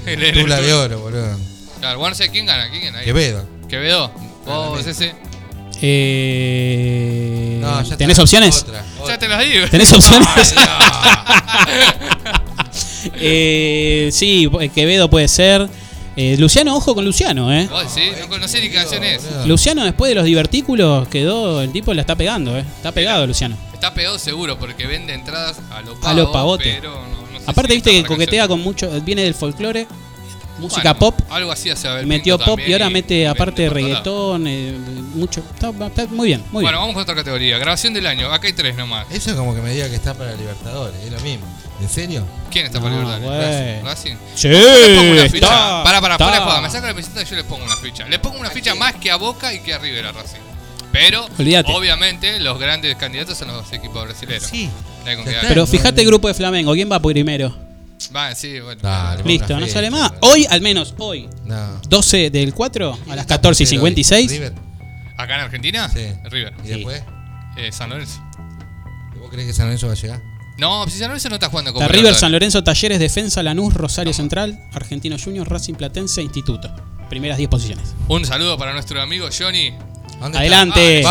Le el den el tula de tula. oro, boludo. Claro, bueno, no sé quién gana, quién gana. ahí? Quevedo. Quevedo. Oh, Vos, ese. Eh, No, ya ¿Tenés está. opciones? Otra, Ya otra. te las digo. ¿Tenés opciones? [LAUGHS] Ah, Eh, sí, eh, Quevedo puede ser. Eh, Luciano, ojo con Luciano, ¿eh? no. Vos Oh, sí, no conocés ni canción es. boludo. Luciano, después de los divertículos, quedó. El tipo la está pegando, ¿eh? Está pegado, Luciano. Está pegado seguro porque vende entradas a lo pavo, A lo pavote. Ah, Pero no, no sé Aparte, si viste que está para coquetea canción. con mucho. eh, Viene del folclore, música Bueno, pop. Algo así hace Abel Metió Pinto pop también y ahora mete, vende aparte, por todos lados. reggaetón. eh, mucho. Está, está muy bien, muy Bueno, bien. vamos con otra categoría. Grabación del año. Acá hay tres nomás. Eso es como que me diga que está para Libertadores, es lo mismo. ¿En serio? ¿Quién está No, para libertad? güey. ¿Racing? Ah, Sí, Le pongo una ficha. está, para, para, está. fuera de joda. Me saca la peseta y yo le pongo una ficha. Le pongo una ficha más que a Boca y que a River a Racing. Pero, Olvídate. obviamente, los grandes candidatos son los equipos brasileños. No hay con qué Ya dar. Pero No, fíjate no. el grupo de Flamengo. ¿Quién va primero? Va, sí, bueno. Dale. Pongo Listo, una no fecha, sale más. boludo. Hoy, al menos hoy, No. 12 del 4 a las 14 y 56. River, ¿Acá en Argentina? Sí. River. ¿Y después? Eh, San Lorenzo. ¿Vos crees que San Lorenzo va a llegar? No, si San Lorenzo no está jugando como Está River, San Lorenzo, Talleres, Defensa, Lanús, Rosario Central, Argentino Junior, Racing Platense, Instituto. Primeras 10 posiciones. Un saludo para nuestro amigo Johnny. Ah, ¿Dónde Adelante. está?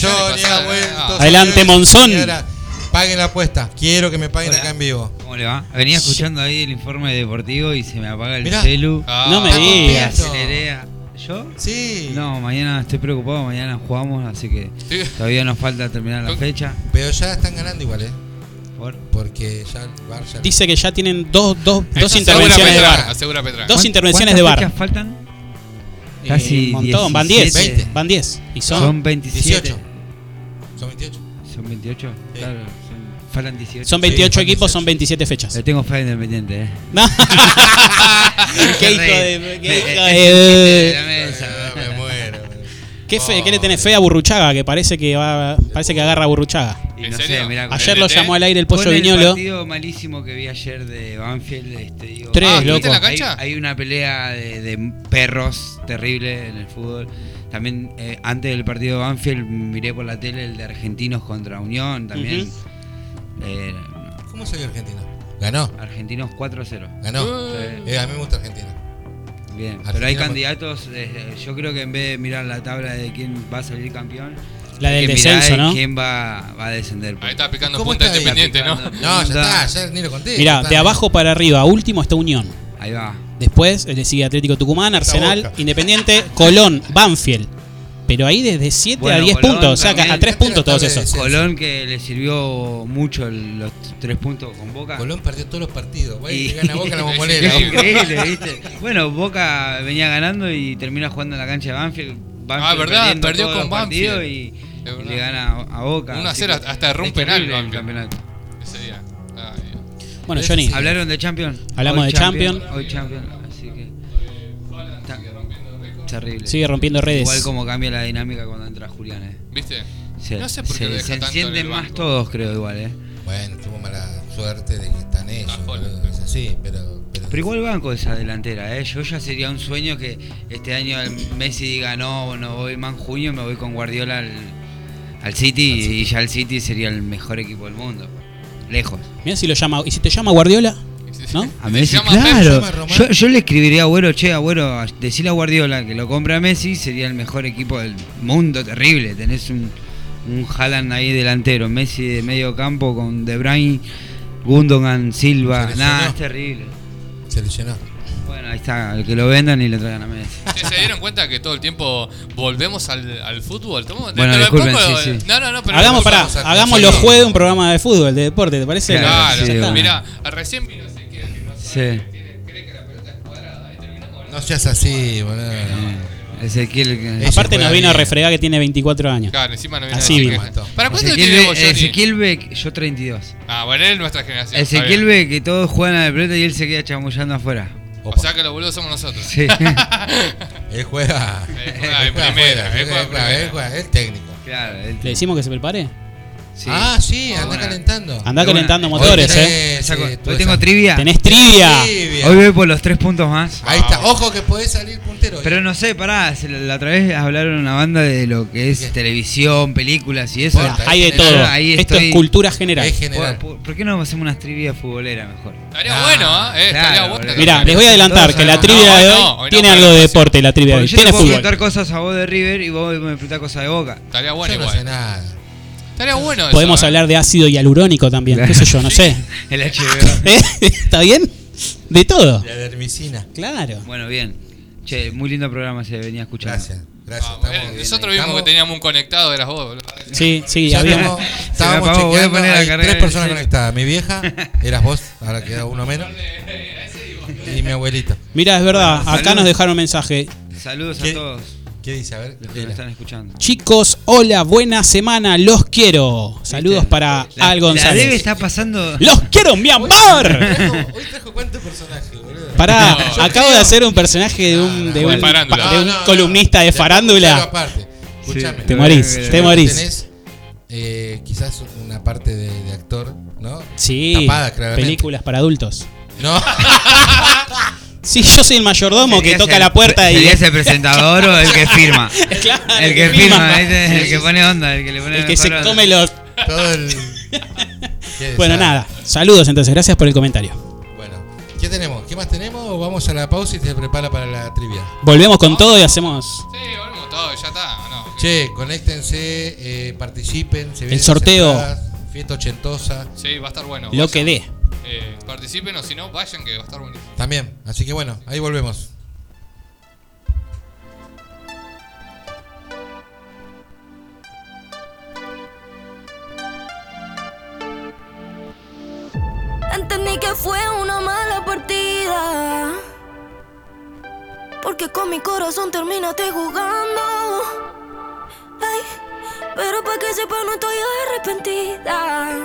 Dale, dale, Johnny, pasala, ha vuelto. dale. Adelante, señores y Monzón. señoras. Paguen la apuesta. Quiero que me paguen acá en vivo. ¿Cómo le va? Venía escuchando ahí el informe deportivo y se me apaga el Mirá. celu. Ah, No me está Y digas. contento. aceleré a- ¿Yo? Sí. No, mañana estoy preocupado, mañana jugamos, así que Sí. todavía nos falta terminar la Con- fecha. Pero ya están ganando igual, ¿eh? Por- Porque ya el Bar ya- Dice que ya tienen dos, dos, dos Asegura intervenciones de Petrarca, bar. Asegura Petrarca. Dos ¿Cuán- intervenciones de cuántas bar. fechas faltan? Eh, Casi un montón, van 17. 10. Van 10. Y son. Son 27. 18. Son 28. ¿Son 28? Sí. Claro, son- faltan 18. Son 28 [LAUGHS] Sí, equipos, 18. son 27 fechas. Le tengo fe en el pendiente, eh. [LAUGHS] [LAUGHS] ¿Qué hijo de.? Qué hijo [LAUGHS] de- Ah, me muero. me- ¿Qué, fe- qué le Oh. tenés fe a Burruchaga? Que parece que va, parece que agarra a Burruchaga. Y ¿En no serio? sé, mirá, con Ayer el- lo LT? llamó al aire el con pollo el viñolo. partido malísimo que vi ayer de Banfield, este, digo, Tres, Ah, ¿estuviste loco. en la cancha? Hay, hay una pelea de, de perros terrible en el fútbol. También eh, antes del partido de Banfield miré por la tele el de Argentinos contra Unión, también. Ujú. Eh, ¿Cómo salió Argentina? Ganó. Argentinos 4-0. Ganó. Sí. Eh, a mí me gusta Argentina. Bien, pero Argentina hay por- candidatos. eh, yo creo que en vez de mirar la tabla de quién va a salir campeón, La del hay que mirar descenso, de ¿no? quién va, va a descender. pues. Ahí está picando ¿Cómo punta está ahí? independiente, ¿no? Está picando. No, ya Anda. está, ya ni lo conté. ya Mirá, está. de abajo para arriba, último está Unión. Ahí va. Después eh, le sigue Atlético Tucumán, Arsenal, Boca. Independiente, Colón, Banfield. Pero ahí desde 7 este a Bueno, 10 Colón puntos, o sea, también. a 3 puntos todos esos. Sí, Colón que le sirvió mucho el- los t- tres puntos con Boca. Colón perdió todos los partidos. Va y Y- le gana Boca a [LAUGHS] la bombonera. Es increíble, [LAUGHS] ¿viste? Bueno, Boca venía ganando y termina jugando en la cancha de Banfield. Banfield Ah, verdad, perdiendo perdió todos con los partidos Banfield. Y, Es y verdad. le gana a Boca. 1 a así 0 que hasta erró un es penal terrible el Banfield. campeonato. Ese día. Ah, bien. Bueno, Johnny, Hablaron de Champions. Hablamos de Champions. Hoy Champions, así que. Está- terrible. sigue rompiendo redes. Igual como cambia la dinámica cuando entra Julián, eh. ¿Viste? Se, No sé por qué se- lo deja se tanto en encienden el más banco. todos, creo, igual, eh. Bueno, tuvo mala suerte de que están ellos. Ah, bueno. boludo, es así, pero. Pero igual banco esa delantera, ¿eh? Yo ya sería un sueño que este año el Messi diga, no, no voy más en junio, me voy con Guardiola al, al City y- y ya el City sería el mejor equipo del mundo. Lejos. Mirá si lo llama. ¿Y si te llama Guardiola? ¿No? A Se Messi, llama Pep, claro. llama Román. Yo, yo le escribiría a Agüero, che, Agüero, decirle a Guardiola que lo compra a Messi, sería el mejor equipo del mundo, terrible. Tenés un, un Haaland ahí delantero, Messi de medio campo con De Bruyne, Gundogan, Silva. Se lesionó. Nada, es terrible. Se lesionó. Bueno, ahí está, el que lo vendan y lo traigan a Messi. ¿Se, se dieron cuenta que todo el tiempo volvemos al, al fútbol? Estamos- Bueno, dentro de disculpen, poco- eh, sí, sí. No, no, no, pero Hagamos, no pará, vamos a- hagamos sí. los jueves un programa de fútbol, de deporte, ¿te parece? Claro, Sí, bueno. mirá, recién vino Ezequiel, que no sabe, Sí. tiene- cree que la pelota es cuadrada y terminamos hablando. No seas así, boludo. Eh, Ezequiel, que- Ella Aparte juega nos vino a bien. refregar que tiene 24 años. Claro, encima no viene Así a decir mismo. que- ¿Para cuánto Ezequiel tiene vos, Be- Johnny? Ezequiel Beck, yo 32. Ah, bueno, él es nuestra generación. está Ezequiel bien. ve que todos juegan a la pelota y él se queda chamullando afuera. O Opa. sea que los boludos somos nosotros. [LAUGHS] Sí. [LAUGHS] Él Él juega juega. Él Ah, en primera, juega afuera, él juega en él juega- primera. él juega- él técnico. claro, él- ¿Le decimos que se prepare? sí. Ah, sí, anda Bueno. calentando. Andá Pero calentando bueno, motores, hoy ¿eh? tenés, Saco- eh, tu hoy tengo esa- trivia. Tenés trivia. Trivia. Hoy voy por los tres puntos más. Ahí está. Ojo que podés salir puntero. Pero no sé, pará, se la, la otra vez hablaron una banda de lo que es ¿Qué? televisión, películas y eso. Bueno, está Hay de ahí todo. ahí Esto estoy. es cultura general. Es ¿Por, general. por- por qué no hacemos unas trivias futboleras mejor? Estaría Ah, bueno, ¿eh? Estaría claro, bueno. boludo. Mirá, les voy a adelantar que la No, trivia hoy de no, hoy hoy no, tiene pero algo de sí. deporte, la trivia de Porque hoy. yo te Tiene puedo fútbol. preguntar cosas a vos de River y vos me preguntás cosas de Boca. Estaría Yo bueno no sé igual. nada. Estaría bueno eso. Podemos ¿eh? hablar de ácido hialurónico también, qué sé yo, no sé. [LAUGHS] El HBO. ¿Eh? ¿Está bien? De todo. La dermicina. Claro. Bueno, bien. Che, muy lindo programa se venía escuchando. Gracias. Gracias. Ah, estamos bueno, bien nosotros ahí. vimos que Estamos- teníamos un conectado, eras vos, boludo. Sí, sí, Ya habíamos. estamos- Se me Estábamos apagó, voy a chequeando, poner la hay carrera tres de personas cel. conectadas. [LAUGHS] Mi vieja, eras vos, ahora queda uno menos. Y mi abuelito. Mira, es verdad, Bueno, acá saludos. nos dejaron mensaje. Saludos ¿Qué? a todos ¿Qué dice? A ver. los que nos Lela. están escuchando. Chicos, hola, buena semana, los quiero. Saludos ¿Viste? para La- Al La debe Ah, González. está pasando. ¡Los quiero, mi amor! [LAUGHS] Trajo- Hoy trajo cuántos personajes, boludo. Pará, No, yo acabo de hacer un personaje de un, de no, un- de farándula. pa- de un Ah, No, no, no. columnista de Después escuchalo farándula. aparte. Escuchame. Te Yo morís, creo que- te morís. Tenés eh, quizás una parte de, de actor, ¿no? Sí, Tapada, claramente. [LAUGHS] películas para adultos. No, [LAUGHS] Sí, yo soy el mayordomo que Serías toca el- la puerta y ¿Serías el presentador o [LAUGHS] el que firma? Claro, El que firma, ese es el que pone onda, el que le pone el que se mejor onda. come los. todo el. Qué Bueno, desastre. nada. Saludos entonces, gracias por el comentario. Bueno, ¿qué tenemos? ¿Qué más tenemos? ¿O vamos a la pausa y se prepara para la trivia? Volvemos con todo y hacemos. Sí, volvemos todo, ya está. ¿o No, Che, conéctense, eh, participen. Se El sorteo. las entradas, Fiesta ochentosa. Sí, va a estar bueno. Lo vayan. que dé. Eh, participen o si no, vayan que va a estar buenísimo. También. Así que bueno, ahí volvemos. Entendí que fue una mala partida. Porque con mi corazón terminaste jugando. Ay, pero para que sepa no estoy arrepentida.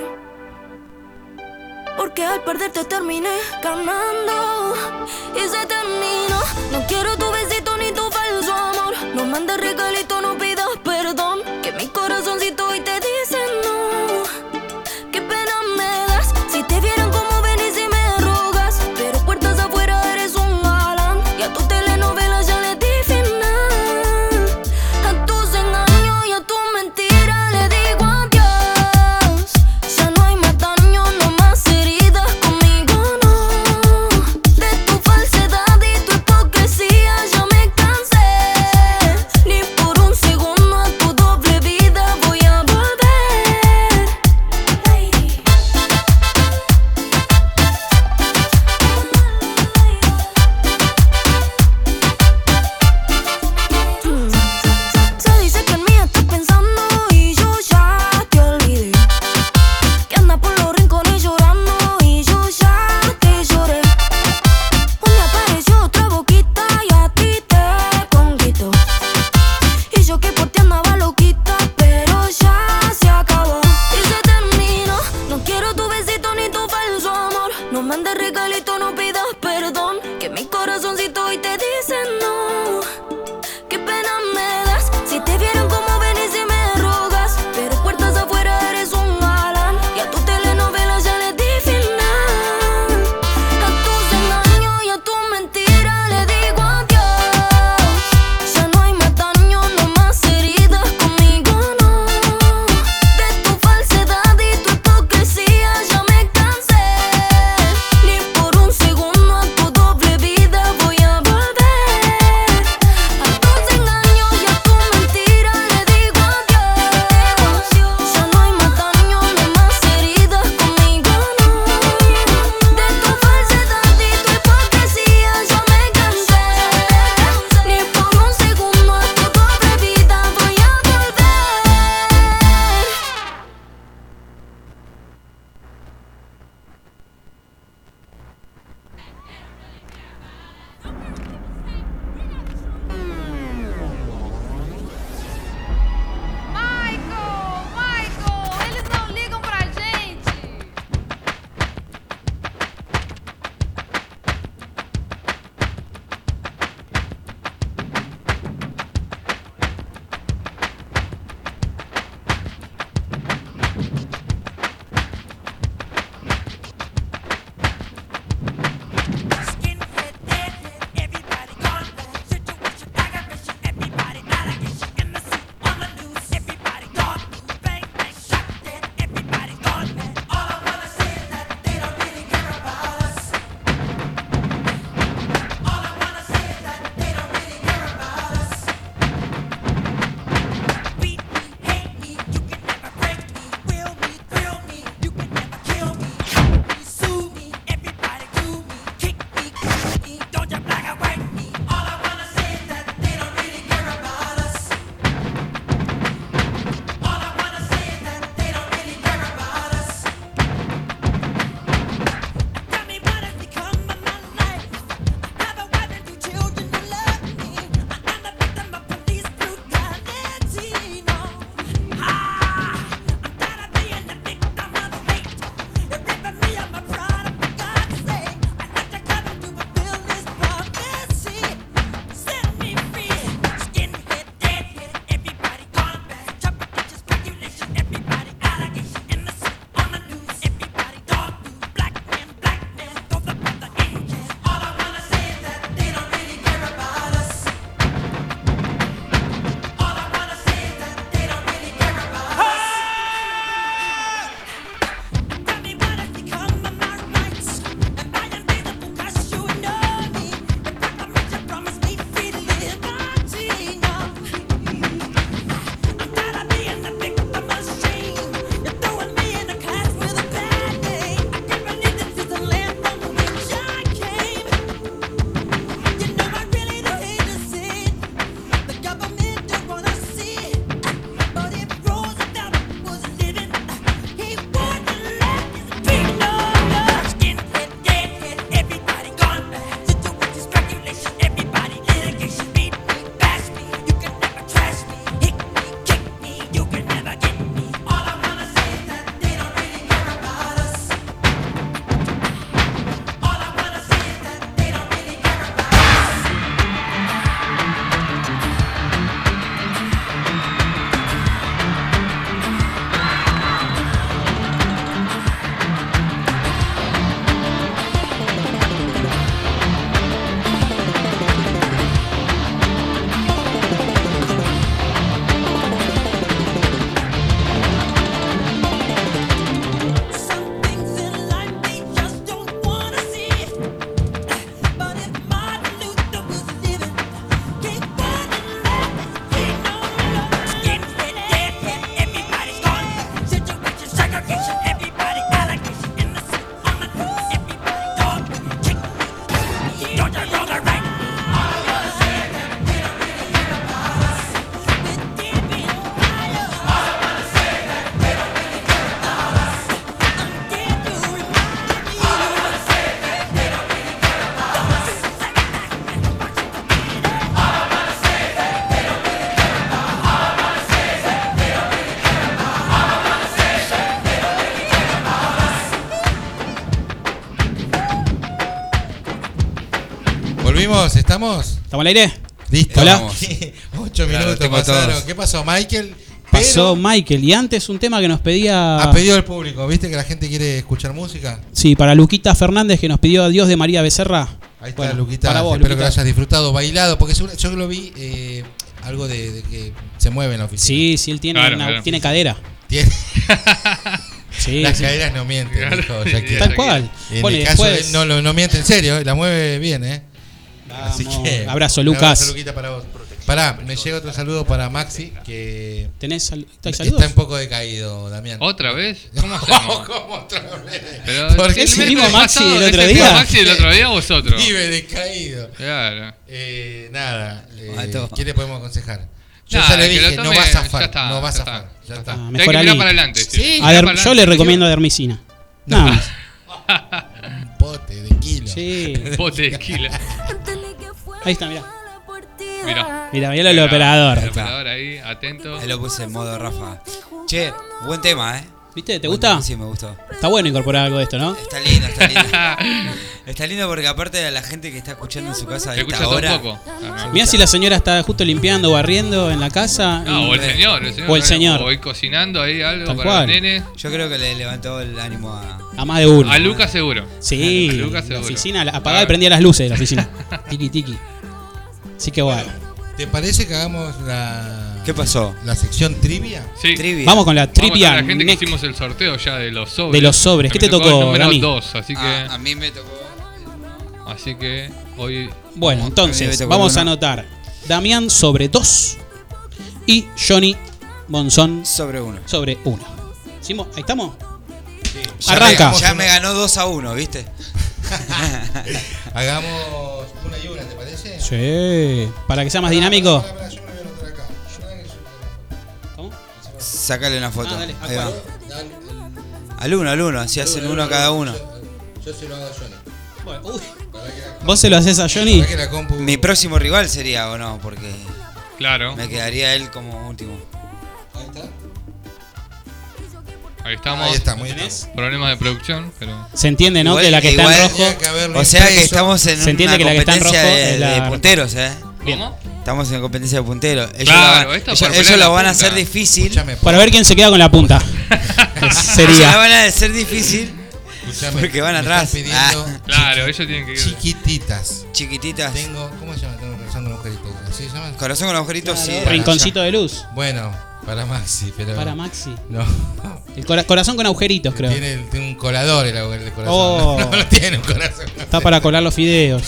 Porque al perderte terminé ganando. Y se terminó. No quiero tu besito ni tu falso amor. No mandes regalito, no pidas perdón. Que mi corazoncito hoy te dice no. Qué pena me das si te vieran como venís y me rogas. Pero puertas afuera eres un galán. Y a tu telenovela ya le di final. A tus engaños y a tus mentiras le digo adiós. Ya no hay más daño, no más heridas conmigo, no. De tu falsedad y tu hipocresía ya me cansé. Ni por un segundo a tu doble vida voy a volver. Se dice que en mí estás pensando y yo ya te olvidé. Que anda por los rincones llorando y yo ya te lloré. Un día apareció otra boquita y a ti te conquistó. Y yo que por ti andaba loquita, pero ya se acabó. Y se terminó. No quiero tu besito ni tu falso amor. No mandes regalito, no pidas perdón. Que mi corazoncito hoy te dice no. Qué pena me das si te vieron como venís y me rogas. Pero puertas afuera eres un galán. Y a tu telenovela ya le di final. A tus engaños y a tu mentira le digo adiós. Ya no hay más daño, no más heridas conmigo, no. De tu falsedad y tu hipocresía ya me cansé. Ni por un segundo a tu doble vida voy a um ¿Volvimos? ¿Estamos? ¿Estamos al aire? Listo. Hola. Vamos. [LAUGHS] Ocho Claro, minutos tengo pasaron. todos. ¿Qué pasó, Michael? Pasó Michael. Y antes un tema que nos pedía. Ha pedido el público, ¿viste que la gente quiere escuchar música? Sí, para Luquita Fernández que nos pidió Adiós de María Becerra. Ahí está, Bueno, Luquita. para vos, Espero que Luquita. lo hayas disfrutado, bailado, porque seguro- yo lo vi eh, algo de, de que se mueve en la oficina. Sí, sí, él tiene, Claro, una- claro. tiene cadera. [LAUGHS] Tiene. [LAUGHS] Sí, Las sí. caderas no mienten, Claro. dijo Shakira. Tal cual. Y En Bueno, el y caso de después- él no, lo- no miente en serio, eh, la mueve bien, ¿eh? Así Vamos. que- Abrazo, un Lucas. Luquita, para vos. Pará, me llega otro saludo para Maxi, que ¿Tenés sal- ¿hay está saludos? un poco decaído, Damián. ¿Otra [LAUGHS] vez? ¿Cómo hacemos? ¿Cómo otra vez? Pero Porque ¿es el el mismo mes Maxi pasado, del ¿es otro el día? mismo o es otro? Vive decaído. Claro. Eh, nada, eh, Mato. ¿qué le podemos aconsejar? Yo Nada, ya le que lo dije, no tome, vas a ya zafar, está, no vas a ya zafar. está. Ah, Ya Ya está. está. Mejor Hay que mirar Ali. para adelante, sí. A Mirar ver, para yo adelante, le sí. recomiendo Dermicina. No. Nada más. Un [LAUGHS] pote de kilo. [LAUGHS] Sí. Pote de kilo. Ahí está, mirá. Mirá. Mirá, mirá el operador. El operador ahí, atento. Ahí lo puse en modo Rafa. Che, buen tema, ¿eh? ¿Viste? ¿Te gusta? Sí, me gustó. Está bueno incorporar algo de esto, ¿no? Está lindo, está [LAUGHS] [LAUGHS] lindo. está lindo porque aparte a la gente que está escuchando en su casa a Te esta escucha todo un hora. poco. Mirá si la señora está justo limpiando o barriendo en la casa. No, y- o el señor, el señor. O el señor. O ir cocinando ahí algo Tal para cual. los nenes. Yo creo que le levantó el ánimo a. A más de uno. A Lucas seguro. Sí, A Lucas la seguro. oficina la- apagaba y prendía las luces de la oficina. [LAUGHS] tiki, tiki. Así que bueno. ¿Te parece que hagamos la. ¿Qué pasó? ¿La sección trivia? Sí. Vamos con la Vamos con trivia la gente neck. que hicimos el sorteo ya de los sobres. De los sobres. Que ¿Qué me te tocó, el número Rami? 2, así que. Ah, a mí me tocó. Así que hoy. Bueno, entonces, vamos a anotar. Damián sobre 2 y Johnny Monzón sobre 1. Sobre 1. ¿Ahí estamos? Ya Arranca. me- ya me ganó 2 a 1, [LAUGHS] ¿viste? Hagamos una y una, ¿te parece? Sí. Para que sea más dinámico. Sácale una foto. Ah, dale, ¿a Ahí cuál? va. Al uno, al uno, así hacen uno cada uno. Yo se lo hago a Johnny. Bueno, uy. ¿Vos se lo haces a Johnny? Mi próximo rival sería o no, porque. Claro. Me quedaría él como último. Ahí estamos. Ahí estamos, Problemas de producción, pero. Se entiende, ¿no? que la que está en rojo. O sea que estamos Ah, en Se entiende una que la que está en rojo competencia de, es la- de punteros, ¿eh? ¿Cómo? Estamos en competencia de punteros. Ellos Claro, la van- esto ellos- por ellos pelear la la van a punta. hacer difícil. Para ver quién se queda con la punta. Que Ellos [LAUGHS] la Sería. van a hacer difícil porque van me atrás. Ah. están pidiendo- Claro, ellos tienen que. Chiquititas. Chiquititas. Tengo, ¿cómo se llama? Tengo corazón con agujeritos. ¿Así se llama? Corazón con agujeritos, sí. Rinconcito de luz. Bueno, para Maxi, pero. Para Maxi. No. El cora- corazón con agujeritos, creo. Tiene, tiene un colador el agujero del corazón. Oh. [LAUGHS] No, no tiene un corazón. Está para colar los fideos.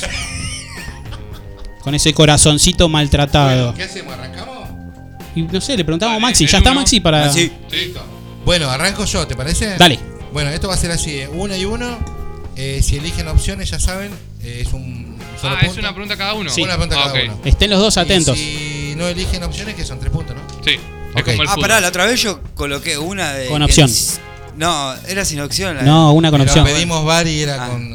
Con ese corazoncito maltratado. ¿Qué hacemos? ¿Arrancamos? Y no sé, le preguntamos a Maxi. ¿Ya está Maxi para.? Listo. Bueno, arranco yo, ¿te parece? Dale. Bueno, esto va a ser así: ¿eh? uno y uno. Eh, si eligen opciones, ya saben, eh, es un. solo Ah, punto. es una pregunta cada uno. Sí. Una pregunta Ah, cada ok. uno. Estén los dos Y atentos. si no eligen opciones, que son tres puntos, ¿no? Sí. Ok. como el ah, fútbol. pará, la otra vez yo coloqué una de. Con que opción. es- No, era sin opción. la- No, una con Pero opción. pedimos bar y era con.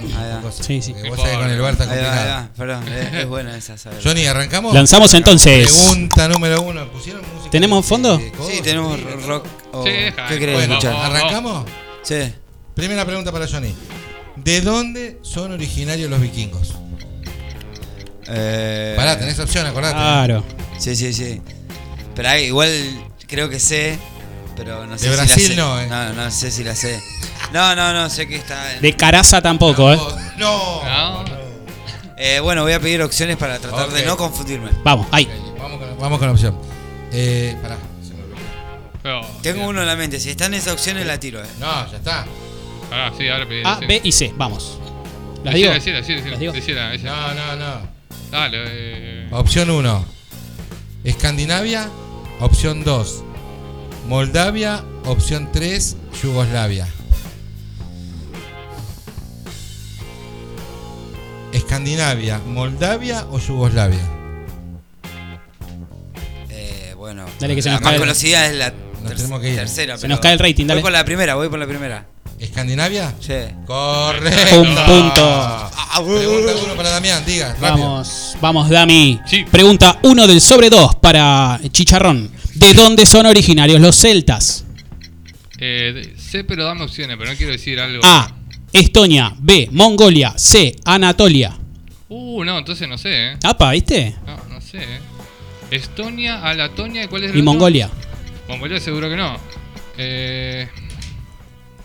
Sí, sí. Eh, vos sabés que con el bar está Ah, Ahí va, complicado. ahí va, perdón, es, es [LAUGHS] buena esa. saber. Johnny, ¿arrancamos? Lanzamos entonces. Pregunta número uno. ¿Pusieron música? ¿Tenemos fondo? Sí, tenemos rock. o- Sí, ¿Qué querés Bueno, escuchar? ¿Arrancamos? Sí. Primera pregunta para Johnny. ¿De dónde son originarios los vikingos? Eh, Pará, tenés opción, acordate. Claro. Sí, sí, sí. Pero ahí igual creo que sé, pero no sé De si Brasil la sé. no, eh. No, no sé si la sé. No, no, no, sé que está. en- De caraza tampoco, ¿eh? No. Eh, bueno, voy a pedir opciones para tratar de Ok. no confundirme. Vamos, ahí. Vamos con la opción. Eh, pará. se me olvidó. Tengo uno en la mente, si están esas opciones la tiro, eh. No, ya está. Ah, sí, ahora pedí. A, sí. B y C. Vamos. ¿Las digo? Decila, decila, decila, decila, decila, decila. No, no, no. Dale, eh. Opción 1. Escandinavia. Opción 2. Moldavia. Opción 3. Yugoslavia. Escandinavia, Moldavia o Yugoslavia. Eh, bueno. Dale, que se la nos más cae el- conocida es la Nos ter- tenemos que ir. tercera. Se pero nos cae el rating, dale. Voy por la primera, voy por la primera. ¿Escandinavia? Sí. Correcto. Un punto. Pregunta uno para Damián, diga. rápido. Vamos, vamos, Dami. Pregunta 1 del sobre 2 para Chicharrón. ¿De dónde son originarios los celtas? Eh, de- sé, pero dame opciones, Ah, pero no quiero decir algo. A. Estonia. B. Mongolia. C. Anatolia. Uh, Uh, no, entonces no sé, ¿eh? Apa, ¿viste? No, no sé, ¿eh? Estonia, Alatonia, ¿y cuál es el Y otro? Mongolia. Mongolia seguro que no. Eh,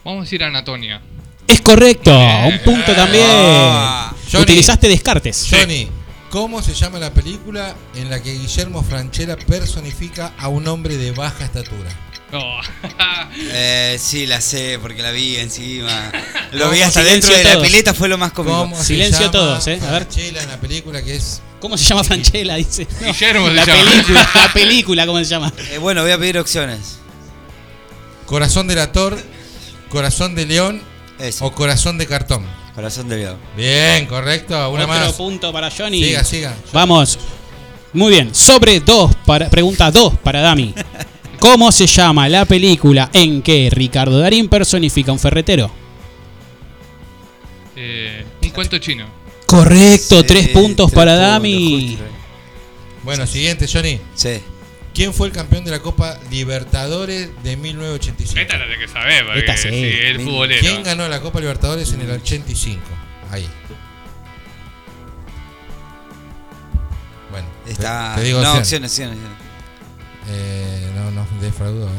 vamos a decir Anatonia. Es correcto, un punto también. Ah, Johnny. Utilizaste descartes. Johnny, ¿cómo se llama la película en la que Guillermo Franchella personifica a un hombre de baja estatura? Oh. [LAUGHS] Eh, sí, la sé, porque la vi [LAUGHS] encima. Lo ¿Cómo vi hasta se dentro llama? de la pileta, fue lo más cómico. ¿Cómo se llama Franchella en la película que es. eh? ¿Cómo se llama Franchella? Dice. No, Guillermo se la llama. [LAUGHS] película, la película, ¿cómo se llama? Eh, bueno, voy a pedir opciones. Corazón de la Tor, Corazón de León o Corazón de Cartón. Corazón de León. Bien, correcto. Una Otro más. punto para Johnny. Siga, siga. Vamos. Muy bien, sobre dos para, pregunta 2 para Dami. ¿Cómo se llama la película en que Ricardo Darín personifica a un ferretero? Eh, un cuento chino. Correcto, tres puntos para Dami. Bueno, siguiente, Johnny. eh. Sí. ¿Quién fue el campeón de la Copa Libertadores de 1985? Esta la tenés que saber, porque Esta sí. sí, el futbolero. ¿Quién ganó la Copa Libertadores en el 85? Ahí. Bueno, te- Está- te, digo no, opciones. opciones, opciones, opciones. Eh, no, no, defraudó. eh.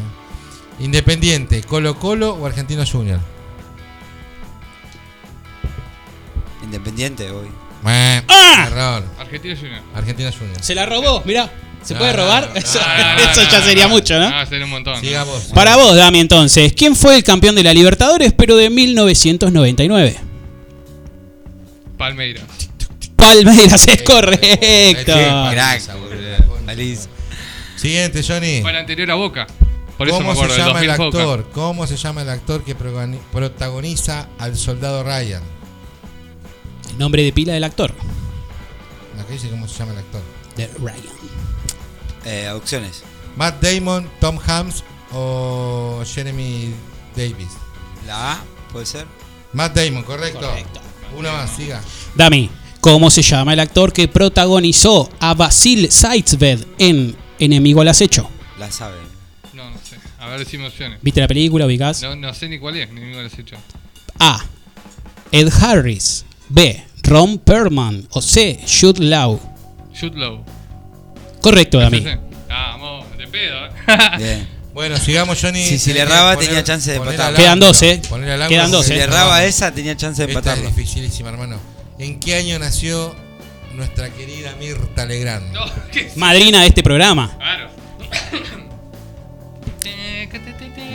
Independiente, Colo Colo o Argentino Junior. Independiente hoy. Eh, ¡Ah! Error. Argentino Junior. Argentino Junior. Se la robó, mirá. ¿Se No, puede no, robar? [LAUGHS] no, eso no, eso no, ya no, sería no. mucho, ¿no? Ah, sería un montón. Siga vos. Para vos, Dami, entonces, ¿quién fue el campeón de la Libertadores pero de 1999? Palmeiras. Palmeiras, es correcto. Siguiente, Johnny. Fue la anterior a Boca. Por eso me ¿Cómo acuerdo se del llama el 2000 Boca. actor? ¿Cómo se llama el actor que progoni- protagoniza al soldado Ryan? El nombre de pila del actor. Acá dice cómo se llama el actor. De Ryan. Eh, opciones. Matt Damon, Tom Hanks o Jeremy Davis. La A, puede ser. Matt Damon, correcto. Una más, siga. Dami, ¿cómo se llama el actor que protagonizó a Basil Saitzved en Enemigo al acecho? La sabe. No, no sé. A ver, decime opciones. ¿Viste la película, ubicás? No, no sé ni cuál es, ni ninguno lo has hecho. A. Ed Harris. B. Ron Perlman. O C. Jude Law. Shoot Low. Correcto, Dami. [LAUGHS] Vamos, Ah, de pedo. eh. [LAUGHS] Bueno, sigamos, Johnny. Sí, si le Tenés que erraba poner- tenía chance de poner empatar. al ángulo, eh. poner al ángulo. Si le erraba esa, tenía chance de Esta empatarlo. Este es dificilísima, hermano. ¿En qué año nació nuestra querida Mirta Legrand? [LAUGHS] Madrina de este programa. Claro.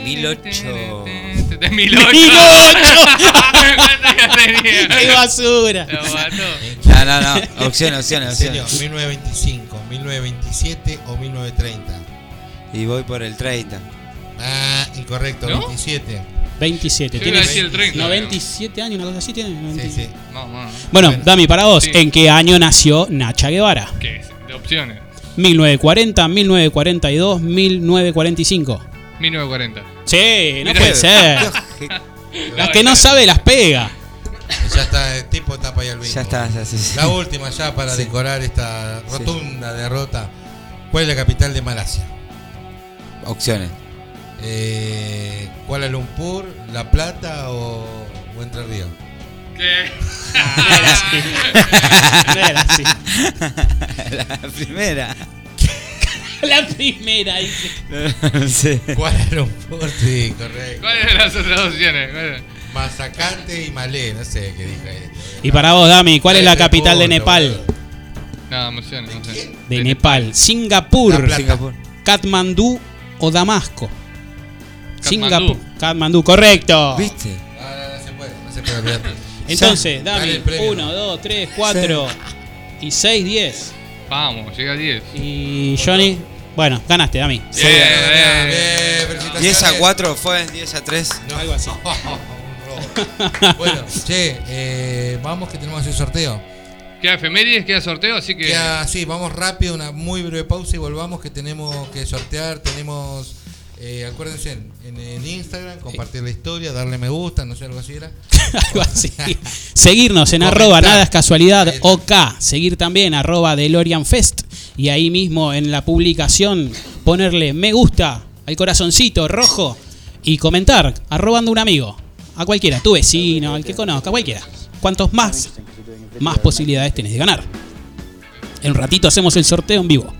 1008. De 1008. 1008. ¡Qué basura! No, no, no. Opciones, opciones, En serio, opciones. 1925, 1927 o 1930. Y voy por el 30. Ah, incorrecto, ¿No? 27. 27. Yo Tiene iba a decir el 30, 97 años, una cosa así tiene. 90. sí. Bueno, Dami, para vos, Sí. ¿en qué año nació Nacha Guevara? ¿Qué es? De opciones. 1940, 1942, 1945. 1940. Sí, no Mirá. puede [LAUGHS] ser. Las que no sabe las pega. Ya está, el tipo tapa ahí al bingo. Ya está, ya sí, sí. La última ya para Sí. decorar esta Sí. rotunda derrota. ¿Cuál es la capital de Malasia? [LAUGHS] Opciones. Eh, ¿Kuala Lumpur, La Plata o, o Entre Ríos? ¿Qué? [LAUGHS] No era así. La primera. [LAUGHS] La primera dice. Sí. Kuala Lumpur, sí, Eh, Eh, correcto. ¿Cuáles eran las otras opciones? ¿Cuáles eran? Masacante y Malé, no sé qué dijo esto. Y para vos, Dami, ¿cuál es la Trece capital de puntos, Nepal? No, opciones, no sé. De Nepal. Singapur. La Plata. Katmandú o Damasco. Singapur. Katmandú, correcto. ¿Viste? Ah, No, no, no se puede, no se puede [LAUGHS] olvidarte. Entonces, Dale Dami, el premio. 1, 2, 3, 4 y 6, 10. Vamos, llega a 10. Y Johnny, bueno, ganaste, Dami. Sí, eh, Eh, 10 a felicitaciones. 4 fue, 10 a 3. [LAUGHS] Algo así. bueno, che, eh, vamos que tenemos que hacer sorteo. Queda efemérides, queda sorteo, así que. Ya, sí, vamos rápido, una muy breve pausa y volvamos que tenemos que sortear, tenemos, eh, acuérdense, en, en Instagram, compartir la historia, darle me gusta, no sé, algo así era. [LAUGHS] Algo [LAUGHS] así. Seguirnos en arroba nada es casualidad OK. Seguir también arroba DeLorean Fest. Y ahí mismo en la publicación ponerle me gusta al corazoncito rojo y comentar arrobando un amigo. A cualquiera, tu vecino, al que conozca, a cualquiera. Cuantos más más posibilidades tenés de ganar. En un ratito hacemos el sorteo en vivo. Oh,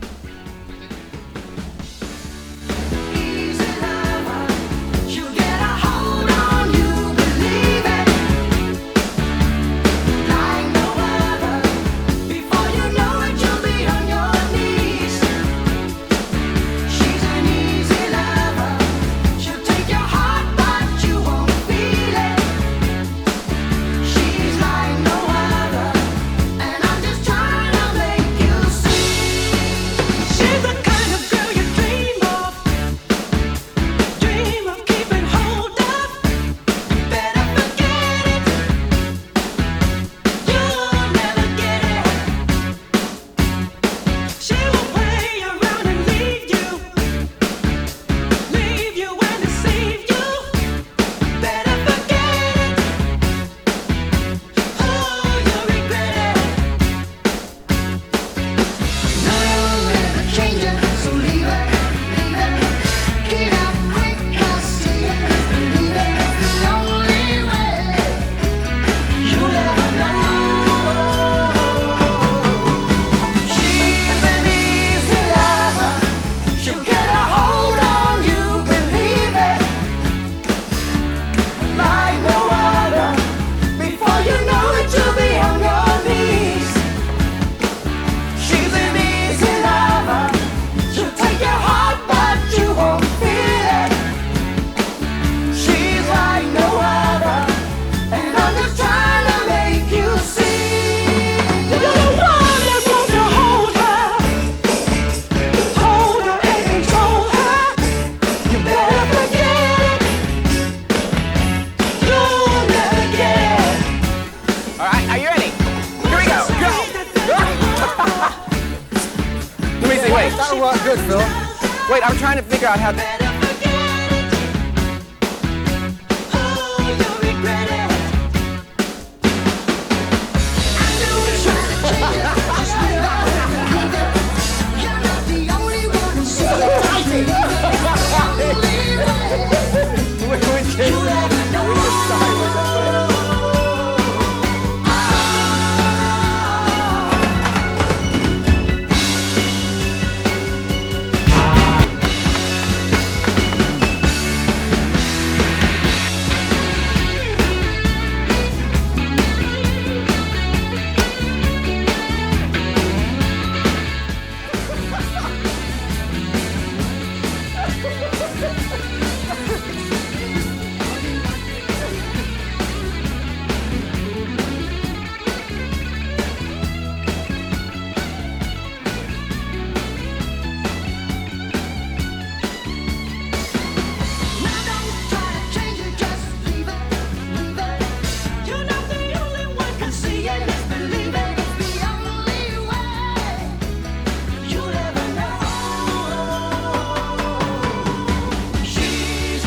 [LAUGHS]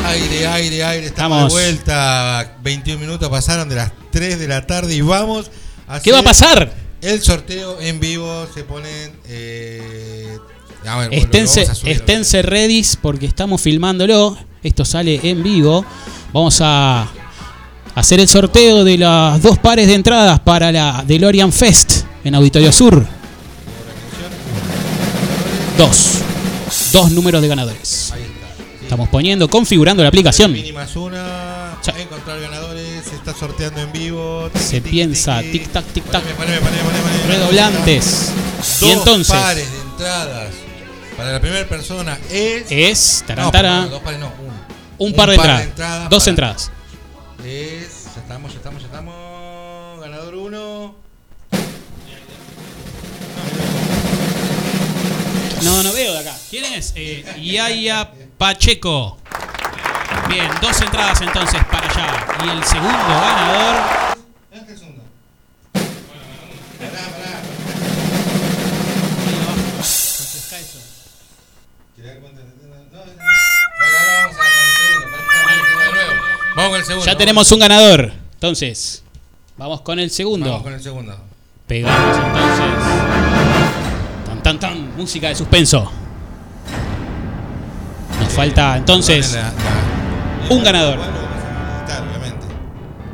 Aire, aire, aire. Estamos, Estamos. de vuelta. 21 minutos pasaron de las 3 de la tarde y vamos a ¿Qué va a hacer pasar? El sorteo en vivo se ponen. eh, a ver, bueno, lo Esténse, vamos a subir. esténse redis porque estamos filmándolo. Esto sale en vivo. Vamos a hacer el sorteo de las dos pares de entradas para la DeLorean Fest en Auditorio Sur. Dos. Dos números de ganadores. Estamos poniendo, configurando la aplicación. Mínimas una. Encontrar ganadores. Se está sorteando en vivo. Se piensa, tic tac, tic tac. Poneme, poneme, poneme, poneme. Redoblantes. Dos Y entonces. pares de entradas para la primera persona es. Es, tarán, No, tarán. perdón, dos pares no, uno. Un par de entradas. Dos para- entradas. Es. Ya estamos, ya estamos, ya estamos. Ganador uno. No, no veo de acá. ¿Quién es? Eh, Yaya Pacheco. Bien, dos entradas entonces para allá. Y el segundo ganador. Vamos con el segundo. Ya tenemos un ganador. Entonces, vamos con el segundo. Vamos con el segundo. Pegamos entonces. Tan, tan, tan. Música de suspenso. Nos falta entonces un ganador.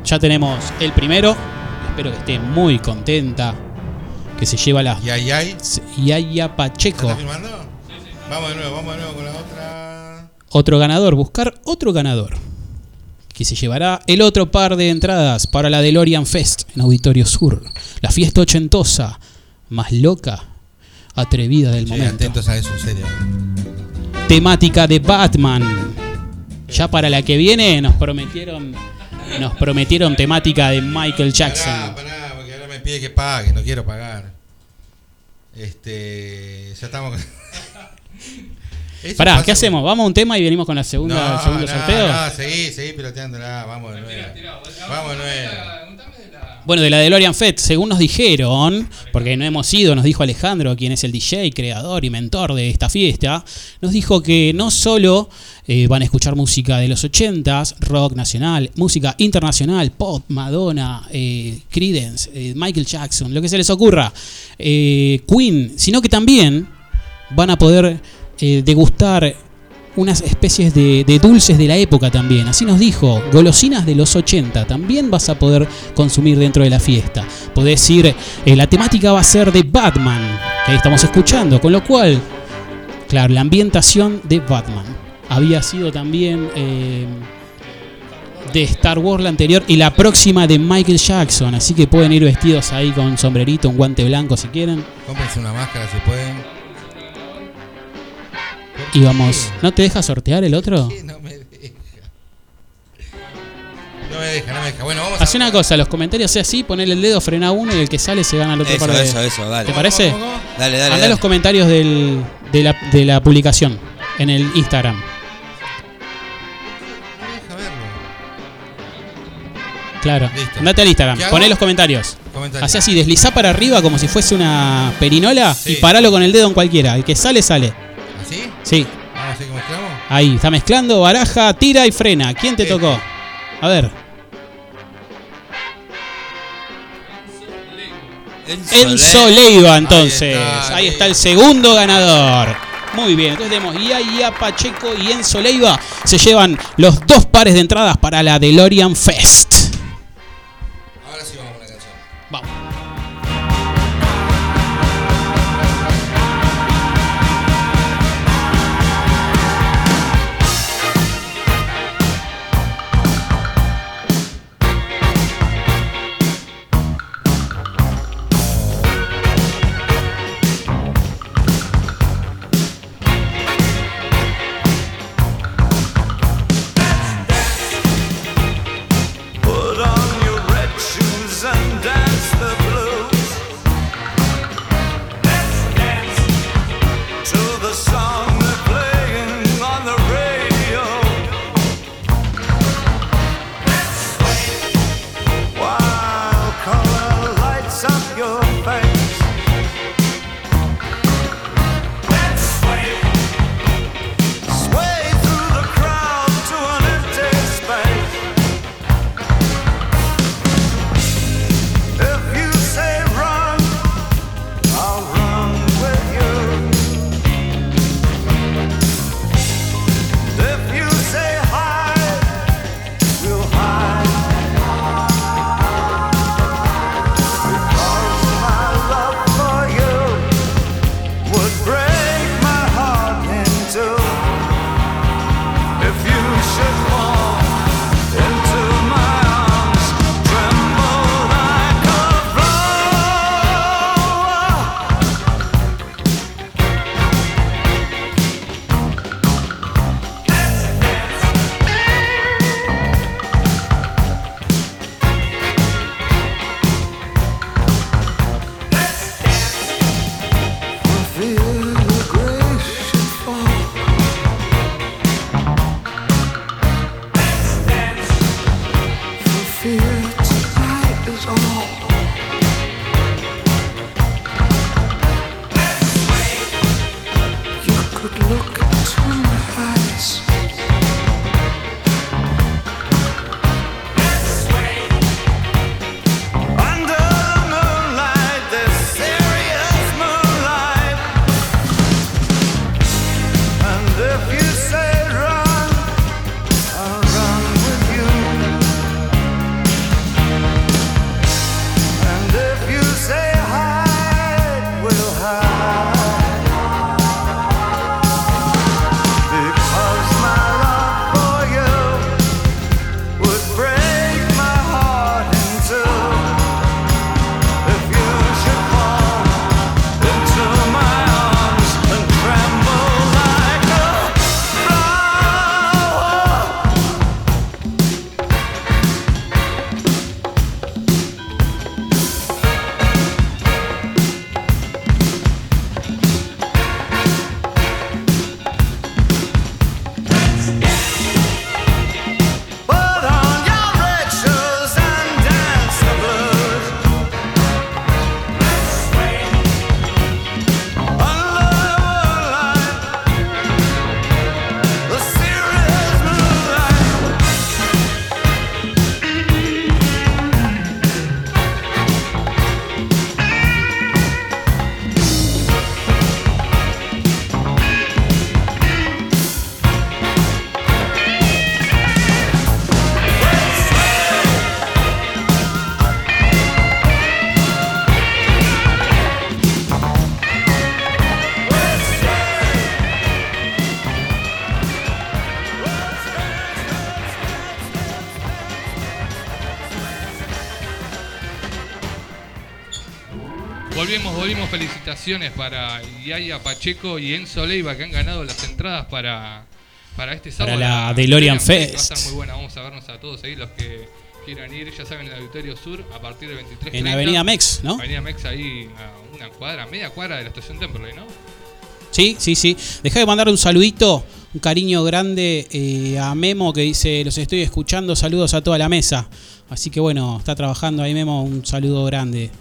Ya tenemos el primero. Les Espero que esté muy contenta. Que se lleva la. Yayay. Yaya Pacheco. ¿Estás filmando? Vamos de nuevo, vamos de nuevo con la otra. Otro ganador, buscar otro ganador. Que se llevará el otro par de entradas para la DeLorean Fest en Auditorio Sur. La fiesta ochentosa, más loca, atrevida del Che, momento. atentos a eso, en serio. eh. Temática de Batman. Ya para la que viene nos prometieron, nos prometieron temática de Michael Jackson. Pará, porque ahora me pide que pague, no quiero pagar. Este. Ya estamos. [LAUGHS] Eso Pará, pasa- ¿qué hacemos? ¿Vamos a un tema y venimos con la segunda, el segundo sorteo? No, seguí, seguí piloteándola, vamos de nuevo. Vamos de nuevo. Bueno, de la DeLorean Fed, según nos dijeron, porque no hemos ido, nos dijo Alejandro, quien es el DJ, creador y mentor de esta fiesta, nos dijo que no solo eh, van a escuchar música de los 80s, rock nacional, música internacional, pop, Madonna, eh, Creedence, eh, Michael Jackson, lo que se les ocurra, eh, Queen, sino que también van a poder eh, degustar unas especies de, de dulces de la época también. Así nos dijo, golosinas de los 80 también vas a poder consumir dentro de la fiesta. Podés ir, eh, la temática va a ser de Batman, que ahí estamos escuchando, con lo cual, claro, la ambientación de Batman había sido también eh, de Star Wars la anterior y la próxima de Michael Jackson, así que pueden ir vestidos ahí con sombrerito, un guante blanco si quieren. Cómprense una máscara si pueden. Y vamos, ¿no te deja sortear el otro? No me deja, no me deja. Bueno, vamos a. Hace una cosa, los comentarios sea así, poner el dedo, frena uno y el que sale se gana el otro Eso, par de- eso, eso, dale. ¿Te parece? ¿Cómo, cómo, cómo? Dale, dale, Andá dale. los comentarios del- de, la, de la publicación en el Instagram. Claro. Listo. Andate al Instagram, ¿Qué hago? poné los comentarios. Comentarios. Hacé así, deslizá para arriba como si fuese una perinola Sí. y paralo con el dedo en cualquiera. El que sale, sale. ¿Así? Sí. Vamos a seguir mostramos. Este. Ahí, está mezclando, baraja, tira y frena. ¿Quién te tocó? A ver. Enzo Leiva, entonces. Ahí está, el segundo ganador. Muy bien, entonces tenemos Yaya Pacheco y Enzo Leiva. Se llevan los dos pares de entradas para la DeLorean Fest. Ahora sí vamos a una canción. Vamos. Put on your red shoes and dance the blues. Volvemos, volvimos. Felicitaciones para Yaya Pacheco y Enzo Leiva que han ganado las entradas para, para este sábado. Para la DeLorean Va a estar Fest. muy buena. Vamos a vernos a todos ahí los que quieran ir. Ya saben, en el Auditorio Sur a partir de 23. En Avenida Mex, ¿no? Avenida Mex, ahí a una cuadra, media cuadra de la estación Temperley, ¿no? Sí, sí, sí. Dejá de mandar un saludito, un cariño grande eh, a Memo que dice, los estoy escuchando, saludos a toda la mesa. Así que bueno, está trabajando ahí Memo, un saludo grande,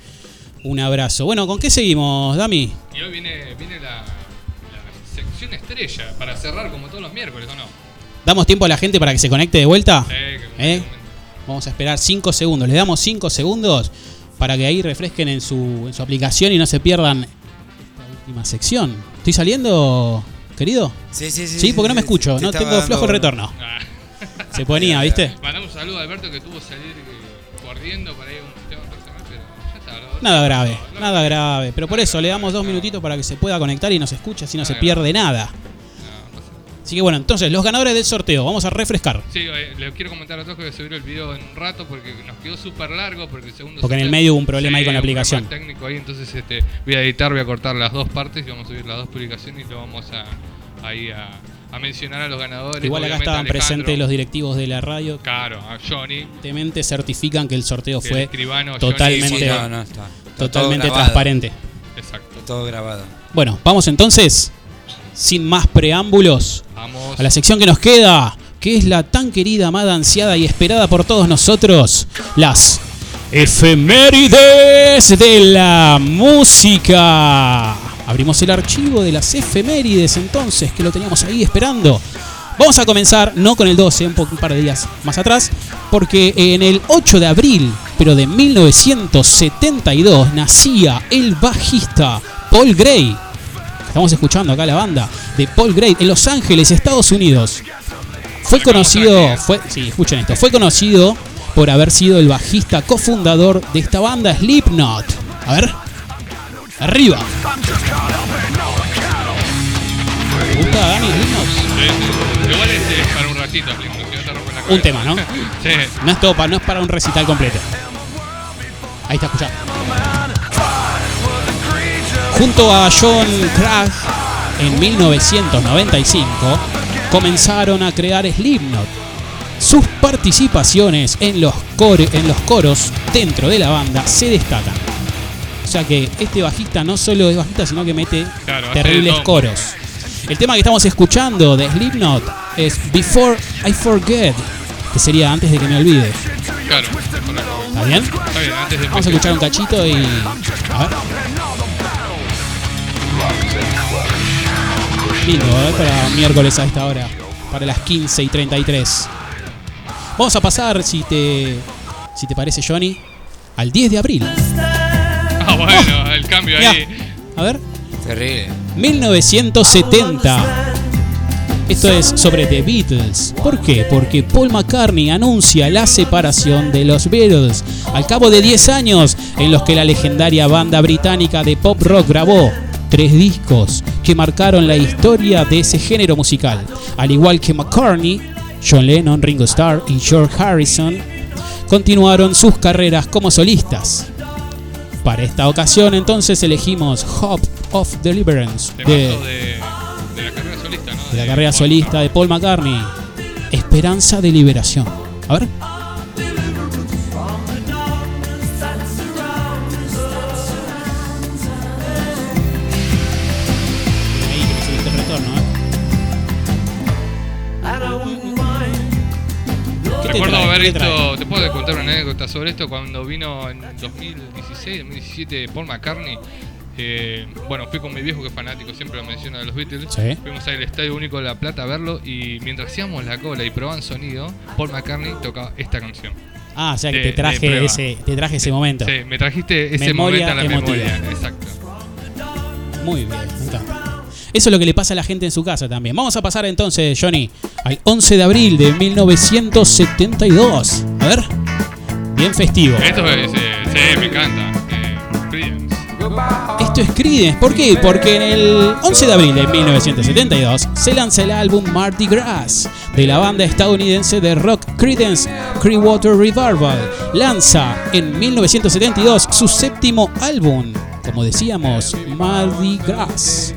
un abrazo. Bueno, ¿con qué seguimos, Dami? Y hoy viene, viene la, la sección estrella para cerrar como todos los miércoles, ¿o no? ¿Damos tiempo a la gente para que se conecte de vuelta? Sí, ¿Eh? Vamos a esperar 5 segundos. Les damos 5 segundos para que ahí refresquen en su, en su aplicación y no se pierdan esta última sección. ¿Estoy saliendo, querido? Sí, sí, sí, Sí, porque sí, no me sí, escucho. te no estaba tengo flojo el dando- retorno. Se ponía, [LAUGHS] ¿viste? Ah. [LAUGHS] Mandamos un saludo a Alberto que tuvo que salir eh, corriendo para ir a un sistema personal, pero ya está, lo- Nada grave, nada grave. Pero por eso le damos dos minutitos para que se pueda conectar y nos escuche, así no se pierde nada. Así que bueno, entonces, los ganadores del sorteo, vamos a refrescar. Sí, eh, les quiero comentar a todos que voy a subir el video en un rato porque nos quedó súper largo porque el segundo Porque en el set- medio hubo un problema ahí con la un problema aplicación. técnico ahí, entonces este, voy a editar, voy a cortar las dos partes y vamos a subir las dos publicaciones y lo vamos a ahí a, a mencionar a los ganadores. Igual acá Obviamente estaban Alejandro, presentes los directivos de la radio. Claro, a Johnny. Evidentemente certifican que el sorteo Que el fue escribano Johnny totalmente, Simón- No, no, está- está todo totalmente grabado. transparente. Exacto. Todo grabado. Bueno, vamos entonces, sin más preámbulos, Vamos. a la sección que nos queda, que es la tan querida, amada, ansiada y esperada por todos nosotros, las efemérides de la música. Abrimos el archivo de las efemérides entonces, que lo teníamos ahí esperando. Vamos a comenzar, no con el 12, un, po- un par de días más atrás, porque en el 8 de abril, pero de 1972, nacía el bajista Paul Gray. Estamos escuchando acá la banda de Paul Gray en Los Ángeles, Estados Unidos. Fue conocido, fue, sí, escuchen esto, fue conocido por haber sido el bajista cofundador de esta banda Slipknot. A ver, arriba. ¿Te gusta, Dani, Slipknot? Igual es eh, para un ratito, Flipknot, que no te rompen la Un cabeza. tema, ¿no? [LAUGHS] sí. No es, todo pa- no es para un recital completo. Ahí está, escuchá. Junto a John Crash, en 1995, comenzaron a crear Slipknot. Sus participaciones en los, core- en los coros dentro de la banda se destacan. O sea que este bajista no solo es bajista, sino que mete Claro, hace terribles todo. coros. El tema que estamos escuchando de Slipknot es Before I Forget, que sería antes de que me olvide. Claro. correcto. ¿Está bien? Está bien, antes de Vamos a escuchar un cachito y. A ver. Lindo, ¿eh? Para miércoles a esta hora. Para las 15 y 33. Vamos a pasar, si te. Si te parece, Johnny, al 10 de abril. Ah, bueno, el cambio ahí. A ver. Terrible. 1970. Esto es sobre The Beatles. ¿Por qué? Porque Paul McCartney anuncia la separación de los Beatles al cabo de 10 años en los que la legendaria banda británica de pop rock grabó tres discos que marcaron la historia de ese género musical. Al igual que McCartney, John Lennon, Ringo Starr y George Harrison continuaron sus carreras como solistas. Para esta ocasión entonces elegimos Hope of Deliverance Temazo de, de, de la carrera solista, ¿no? de la carrera solista de Paul McCartney. Esperanza de liberación. A ver. Ahí que me subiste el retorno, ¿eh? ¿Qué te Recuerdo trae? haber ¿Qué te visto, trae? te puedo contar una anécdota sobre esto, cuando vino en 2016, 2017 Paul McCartney, eh, bueno, fui con mi viejo que es fanático, siempre lo menciona de los Beatles, Sí. fuimos al Estadio Único de La Plata a verlo y mientras hacíamos la cola y probaban sonido, Paul McCartney tocaba esta canción. Ah, o sea que de- te de prueba. traje ese, te traje ese momento. Sí, me trajiste ese Memoria momento a la emotiva. memoria, exacto. ¿eh? Muy bien, me encanta. Eso es lo que le pasa a la gente en su casa también. Vamos a pasar entonces, Johnny, al 11 de abril de 1972. A ver. Bien festivo. Esto es, eh, sí, me encanta. eh, Creedence. Esto es Creedence. ¿Por qué? Porque en el 11 de abril de 1972 se lanza el álbum Mardi Gras de la banda estadounidense de rock Creedence Clearwater Revival. Lanza en 1972 su séptimo álbum como decíamos, Mardi Gras,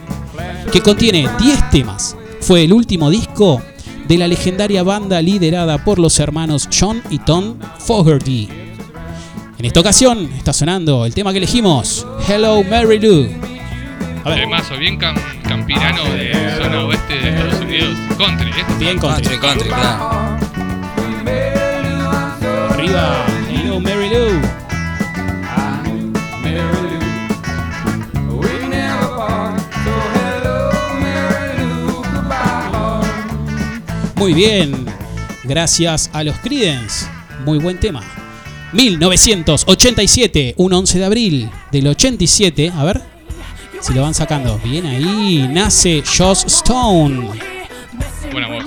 que contiene 10 temas. Fue el último disco de la legendaria banda liderada por los hermanos John y Tom Fogerty. En esta ocasión está sonando el tema que elegimos, Hello Mary Lou. A ver. Eh, Temazo bien cam- campirano de zona oeste de Estados Unidos. Country, ¿eh? Bien country. Country, claro. Arriba, Hello Mary Lou. Muy bien, gracias a los Creedence. Muy buen tema. 1987, un 11 de abril del 87. A ver si lo van sacando. Bien ahí, nace Joss Stone. Buena voz.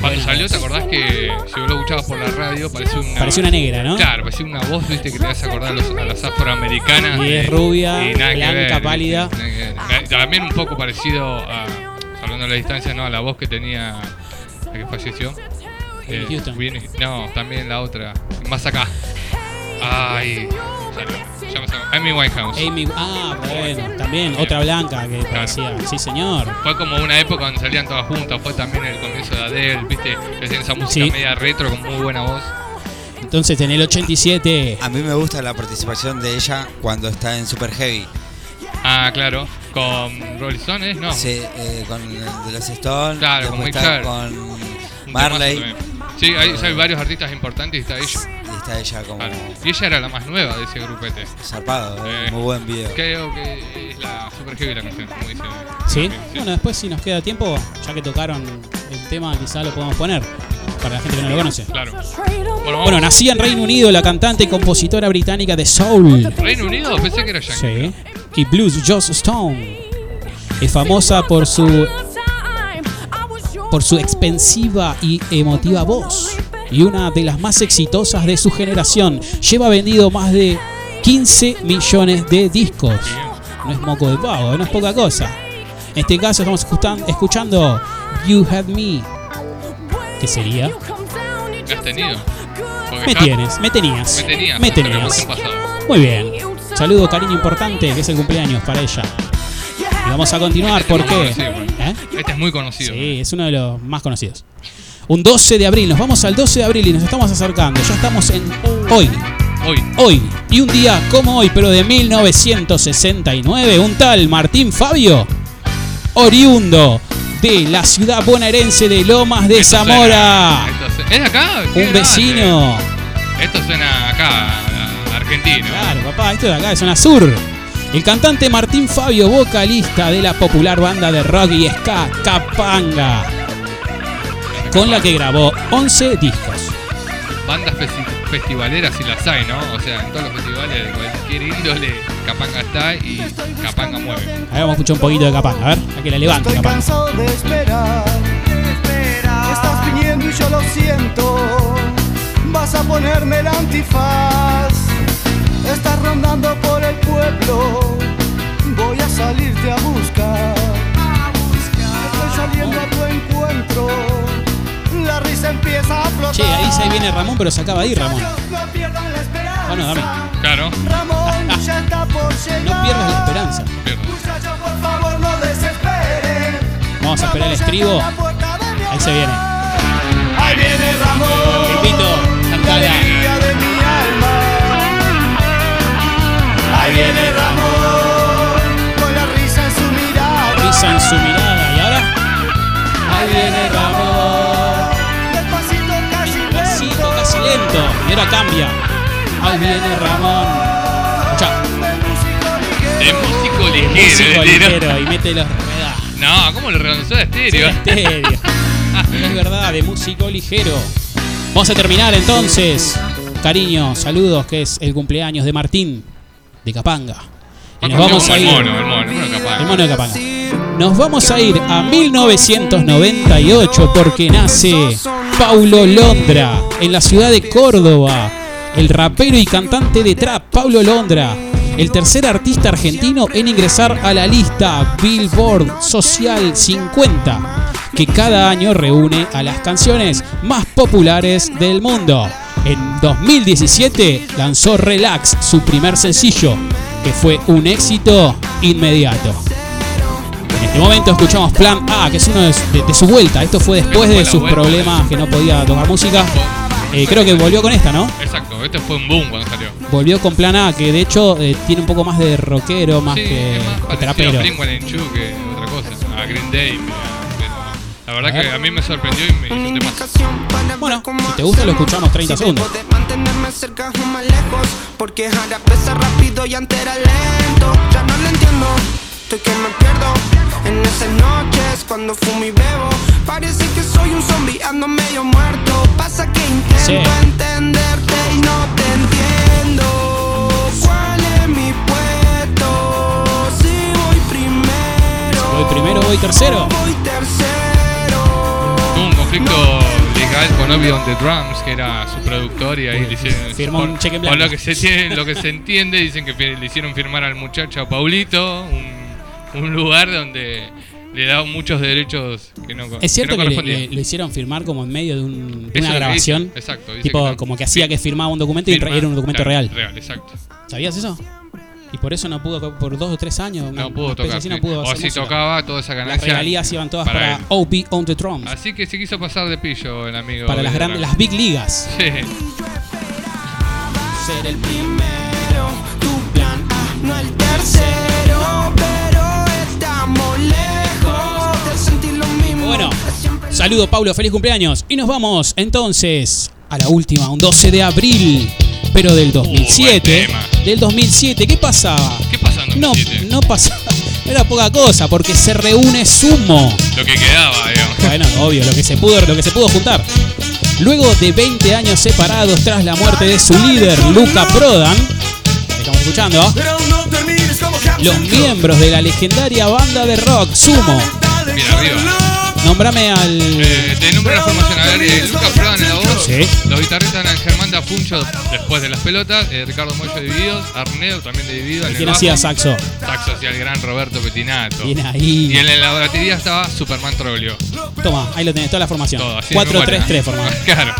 Cuando salió, ¿te acordás que si vos lo escuchabas por la radio, parecía una. Parecía una negra, ¿no? Claro, parecía una voz, viste, que te vas a acordar a, los- a las afroamericanas. Y de- es rubia, y nada que blanca, ver, pálida. viste, nada que ver. Eh, También un poco parecido a. Hablando de la distancia, ¿no? A la voz que tenía. La que falleció. Whitney Houston. Whitney- no, también la otra. Más acá. Ay. salió. Ya me salió. Amy Winehouse. Amy, ah, bueno, también otra blanca que parecía. Sí, señor. Fue como una época donde salían todas juntas, fue también el comienzo de Adele, viste, que hacían esa música Sí. media retro con muy buena voz. Entonces en el 87, A mí me gusta la participación de ella cuando está en Super Heavy. Ah, claro, con Rolling Stones, ¿no? Sí, eh, con The Los Stones, Claro, con después Mick está Jagger. con Un Marley, temazo también. Sí, hay, hay varios artistas importantes y está ella. y está ella como Claro. Y ella era la más nueva de ese grupete. zarpado, eh, Eh, muy buen video. Creo que es la super heavy la canción, como dice. ¿sí? Bueno, después si nos queda tiempo, ya que tocaron el tema, quizá lo podemos poner para la gente que no lo conoce. Claro. Bueno, nacía en Reino Unido la cantante y compositora británica de Soul. Reino Unido, pensé que era Sí. Yankee. Y Blues Joss Stone. Es famosa por su por su expensiva y emotiva voz y una de las más exitosas de su generación. Lleva vendido más de 15 millones de discos. No es moco de pavo, eh, no es poca cosa. En este caso estamos escuchan- escuchando You Had Me. ¿Qué sería? ¿Me has tenido? Porque Me ya- tienes, me tenías. Me tenías. Me hasta la tenías. canción pasada. Muy bien. Saludo, cariño importante, que es el cumpleaños para ella. Y vamos a continuar Este es muy porque conocido, bueno. Este es muy conocido. ¿Eh? sí, es uno de los más conocidos. Un 12 de abril, nos vamos al 12 de abril y nos estamos acercando. Ya estamos en hoy. Hoy. Hoy. Y un día como hoy, pero de 1969, un tal Martín Fabio, oriundo de la ciudad bonaerense de Lomas de Zamora. Esto se- ¿Es acá? Qué Un grande. vecino. Esto suena acá, a- a Argentina. Claro, papá, Ah, esto de acá es zona sur. El cantante Martín Fabio, vocalista de la popular banda de rock y ska Capanga, con la que grabó 11 discos. Bandas festi- festivaleras y las hay, ¿no? O sea, en todos los festivales de cualquier índole, Capanga está y Capanga mueve. A ver, vamos a escuchar un poquito de Capanga, a ver, a que la levante Estoy Capanga. cansado de esperar. Estás viniendo y yo lo siento. Vas a ponerme el antifaz. Estás rondando por el pueblo. Voy a salirte a buscar. Estoy saliendo a tu encuentro. La risa empieza a flotar. Che, ahí se viene Ramón, pero se acaba de ir Ramón. No pierdan la [LAUGHS] esperanza. Bueno, dame. Claro. Ramón ya está por No llegar. pierdas la esperanza. Muchacho, por favor, no desesperen. Vamos a esperar el estribo. Ahí se viene. Ahí viene Ramón. Pepito, cantala. alegría de mi alma. Ahí viene Ramón. Con la risa en su mirada. Risa en su mirada. ¿Y ahora? Ahí viene Ramón. Despacito, casi Pasito, lento. casi lento. Y ahora cambia. Ahí viene Ramón. Escucha. De Es músico ligero. músico Músico ligero, ligero y mete los ruedas. No, ¿cómo lo relanzó de estéreo? [LAUGHS] Ah, Estéreo. es verdad, de músico ligero. Vamos a terminar entonces. Cariño, saludos, que es el cumpleaños de Martín de Capanga. Y nos vamos a el ir. mono, el mono, el mono El Capanga. mono de Capanga. Nos vamos a ir a 1998 porque nace Paulo Londra en la ciudad de Córdoba. El rapero y cantante de trap Paulo Londra, el tercer artista argentino en ingresar a la lista Billboard Social 50, que cada año reúne a las canciones más populares del mundo. En 2017 lanzó Relax, su primer sencillo, que fue un éxito inmediato. En este momento escuchamos Plan A, que es uno de, de- de su vuelta. Esto fue después de sus problemas que no podía tocar música. Eh, creo que volvió con esta, ¿no? Exacto, este fue un boom cuando salió. Volvió con Plan A, que de hecho eh, tiene un poco más de rockero, más Sí, que, es más que parecido trapero. a Blink-182 que otra cosa, a Green Day. pero La verdad que a mí me sorprendió y me hizo un tema. Bueno, si te gusta lo escuchamos 30 segundos. Mantenerme cerca o más lejos Porque ahora pesa rápido y antes era lento Ya no lo entiendo, estoy que me pierdo En esas noches cuando fumo y bebo Parece que soy un zombie, ando medio muerto Pasa que intento entenderte y no te entiendo ¿Cuál es mi puesto? Si voy primero Voy primero, voy tercero. Voy tercero Tuvo un conflicto legal con Obi on the Drums, que era su productor, y ahí le hicieron. Firmó por- un cheque en por blanco. lo que se tiene, lo que se entiende, dicen que le hicieron firmar al muchacho a Paulito, un, un lugar donde le daban muchos derechos que no Es cierto no que le- correspondían. le- lo hicieron firmar como en medio de, un- de Eso es lo una que grabación. dice, exacto, dice Tipo, que no. como que hacía que firmaba un documento y Firma- era un documento claro, real. Real, exacto. ¿Sabías eso? Y por eso no pudo, por dos o tres años. No una pudo especie tocar. así, no pudo o hacer si música. tocaba, toda esa ganancia. Las regalías iban todas para para, él. OP on the Drums. Así que se quiso pasar de pillo el amigo. para las Obi on grandes, the las big ligas. Drums. Sí. Ser el no el tercero, pero estamos lejos de sentir lo mismo. Bueno, Saludo Pablo, feliz cumpleaños. Y nos vamos entonces a la última, un 12 de abril, pero del 2007. del 2007, ¿qué pasaba? Uh, ¿Qué pasaba en No, no pasaba, no [LAUGHS] era poca cosa, porque se reúne Sumo. Lo que quedaba, digamos. Bueno, obvio, lo que se pudo, lo que se pudo juntar. Luego de 20 años separados tras la muerte de su líder, Luca Prodan, que estamos escuchando, ¿ah? los miembros de la legendaria banda de rock Sumo. Mira, arriba. Nombrame al. Eh, te nombro la formación. A ver, eh, Lucas Prodan en la voz. Sí. Los guitarristas eran Germán Dafuncho después de las pelotas. eh, Ricardo Moyo divididos. Arnedo también de dividido. en el ¿Quién bajo. hacía saxo? Saxo hacía el gran Roberto Petinato. Bien ahí. Y en la batería estaba Superman Troglio. Toma, ahí lo tenés, Eh, toda la formación. Todo, así de 4-3-3 memoria. formación. [LAUGHS] Claro.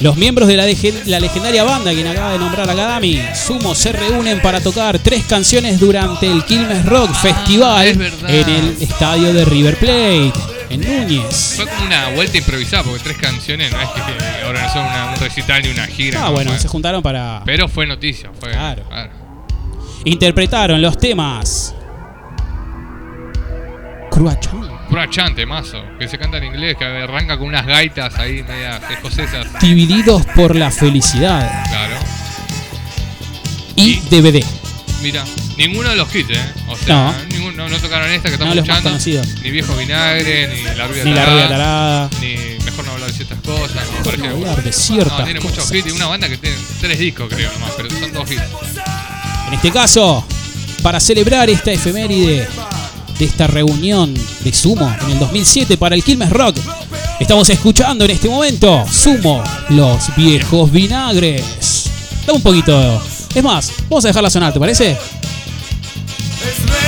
Los miembros de la, dege- la legendaria banda, quien acaba de nombrar a Kadami, Sumo, se reúnen para tocar tres canciones durante el Quilmes Rock Festival es verdad. en el estadio de River Plate, en Núñez. Fue como una vuelta improvisada porque tres canciones no es que eh, ahora no son una- un recital y una gira. Ah, ¿no? bueno, Fue- se juntaron para. Pero fue noticia. Fue, Claro. Interpretaron los temas. Cruachón, Brachante, mazo. Que se canta en inglés, que arranca con unas gaitas ahí, medias escocesas. Divididos por la Felicidad Claro. y DVD. Mira, ninguno de los hits, ¿eh? O sea, No. ninguno- no, no tocaron esta que estamos No, los más escuchando. conocidos. Ni Viejo Vinagre, ni La Rubia Ni la Tarada, rubia tarada. Ni Mejor no hablar de ciertas cosas. Como Mejor no parece- hablar de ciertas No, tiene muchos cosas. hits. Tiene una banda que tiene tres discos, creo, nomás, pero son dos hits. En este caso, para celebrar esta efeméride de esta reunión de Sumo en el 2007 para el Quilmes Rock, estamos escuchando en este momento Sumo, los viejos vinagres. Dame un poquito. Es más, vamos a dejarla sonar, ¿te parece?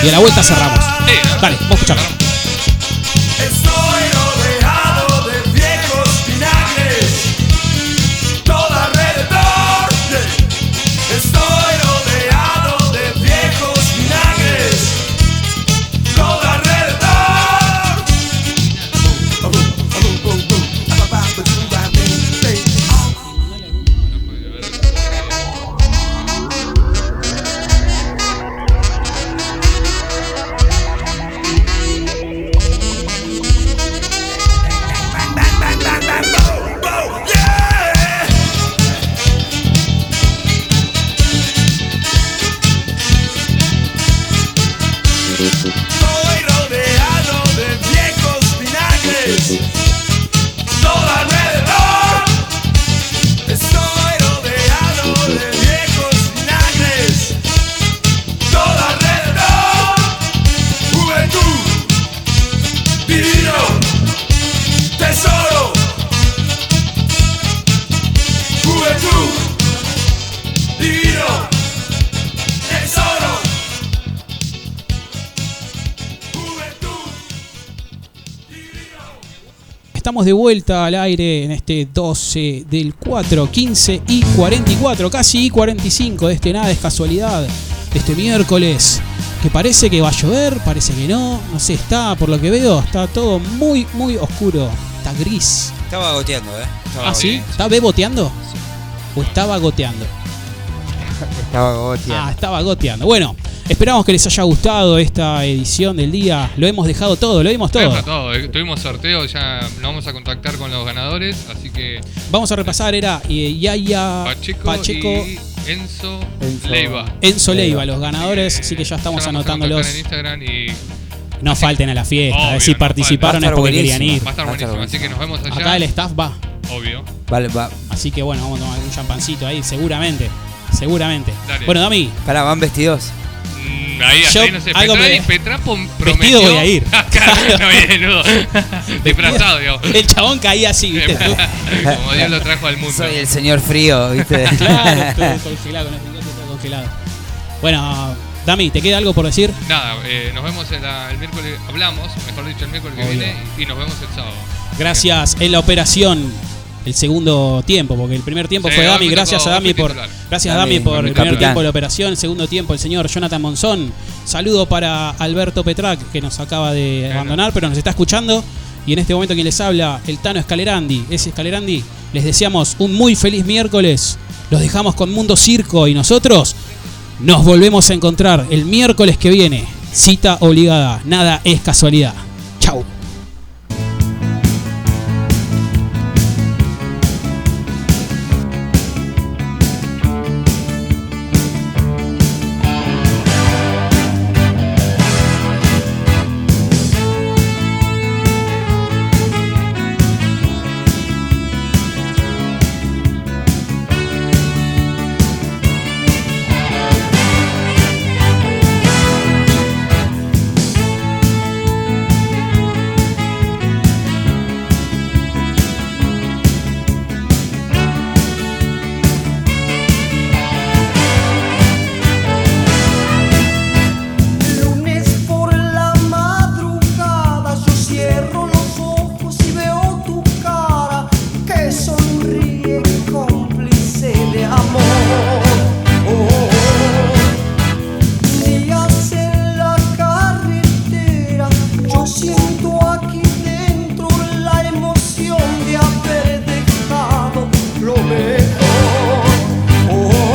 Y a la vuelta cerramos. Dale, vamos a escucharla. Estoy rodeado de viejos vinagres, todo alrededor. de- Estoy rodeado de viejos vinagres, todo alrededor. estamos de vuelta al aire en este 12 del 4, 15 y 44, casi y 45 de este nada es casualidad, de este miércoles, que parece que va a llover, parece que no, no sé, está, por lo que veo, está todo muy, muy oscuro, está gris. Estaba goteando, ¿eh? Estaba ¿Ah, sí? goteando. ¿Está beboteando? ¿O estaba goteando? Estaba goteando. Ah, estaba goteando. Bueno, esperamos que les haya gustado esta edición del día. Lo hemos dejado todo, lo dimos todo. Para todo. eh, Tuvimos sorteo, ya nos vamos a contactar con los ganadores, así que Vamos a repasar, era eh, Yaya Pacheco, Chico y Enzo, Enzo- Leiva. Enzo Leiva, los ganadores, así que ya estamos anotándolos. Están en Instagram y No falten a la fiesta, eh, si participaron Va a es estar porque querían buenísimo, ir. va a estar buenísimo, así que nos vemos allá. Acá el staff va. Obvio. Vale, va. Así que bueno, vamos a tomar un champancito ahí, seguramente. Seguramente. Bueno, Dami. Pará, van vestidos. Mm, Ahí, hasta Yo- ahí no sé. algo me- Petrani- Petrán pom- prometió. Vestido voy a ir. Claro, no, bien, no. Disfrazado, digamos. [LAUGHS] El chabón caía así, ¿viste? Como Dios lo trajo al mundo. Soy el señor frío, ¿viste? [LAUGHS] claro, estoy congelado, con el bigote estoy congelado. Bueno, Dami, ¿te queda algo por decir? Nada, eh, nos vemos el, el miércoles. Hablamos, mejor dicho, el miércoles que Obvio. viene y, y nos vemos el sábado. Gracias en la operación. El segundo tiempo, porque el primer tiempo Sí, fue hoy Dami. me Gracias tocó- a hoy Dami fui por, titular. gracias a Dami, Dami por mi el primer capitán. tiempo de la operación. El segundo tiempo, el señor Jonathan Monzón. Saludo para Alberto Petrac, que nos acaba de abandonar, pero nos está escuchando. Y en este momento, quien les habla, el Tano Escalerandi. Es Escalerandi. Les deseamos un muy feliz miércoles. Los dejamos con Mundo Circo y nosotros nos volvemos a encontrar el miércoles que viene. Cita obligada. Nada es casualidad. Chau. Lunes por la madrugada yo cierro los ojos y veo tu cara que sonríe cómplice de amor. Oh. Días en la carretera yo siento aquí dentro la emoción de haber dejado lo mejor. Oh.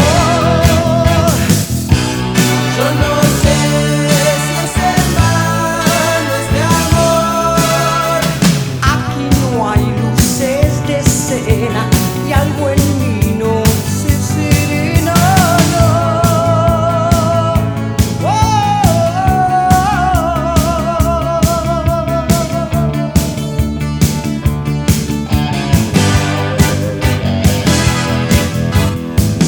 Yo no sé si es hermano este amor. Aquí no hay luces de cena y algo en mí no se serena. no.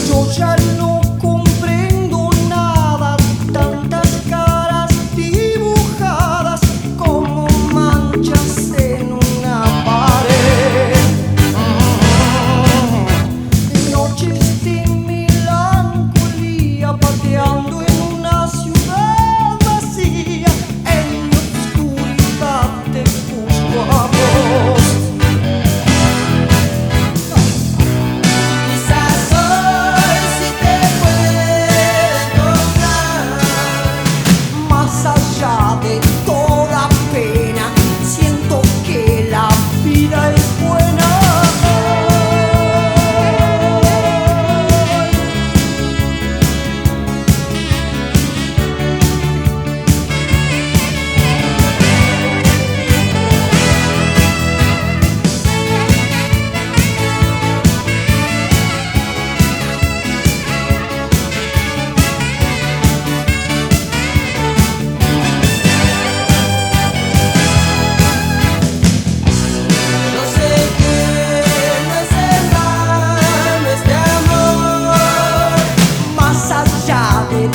Yo ya no comprendo nada, tantas caras dibujadas como manchas en una pared. Noches de melancolía, pateando en una ciudad vacía, en mi oscuridad te busco a vos. Quizás hoy si te puedo encontrar Más allá de toda pena Siento que la vida es buena Yo sé que no es el Este amor Más allá de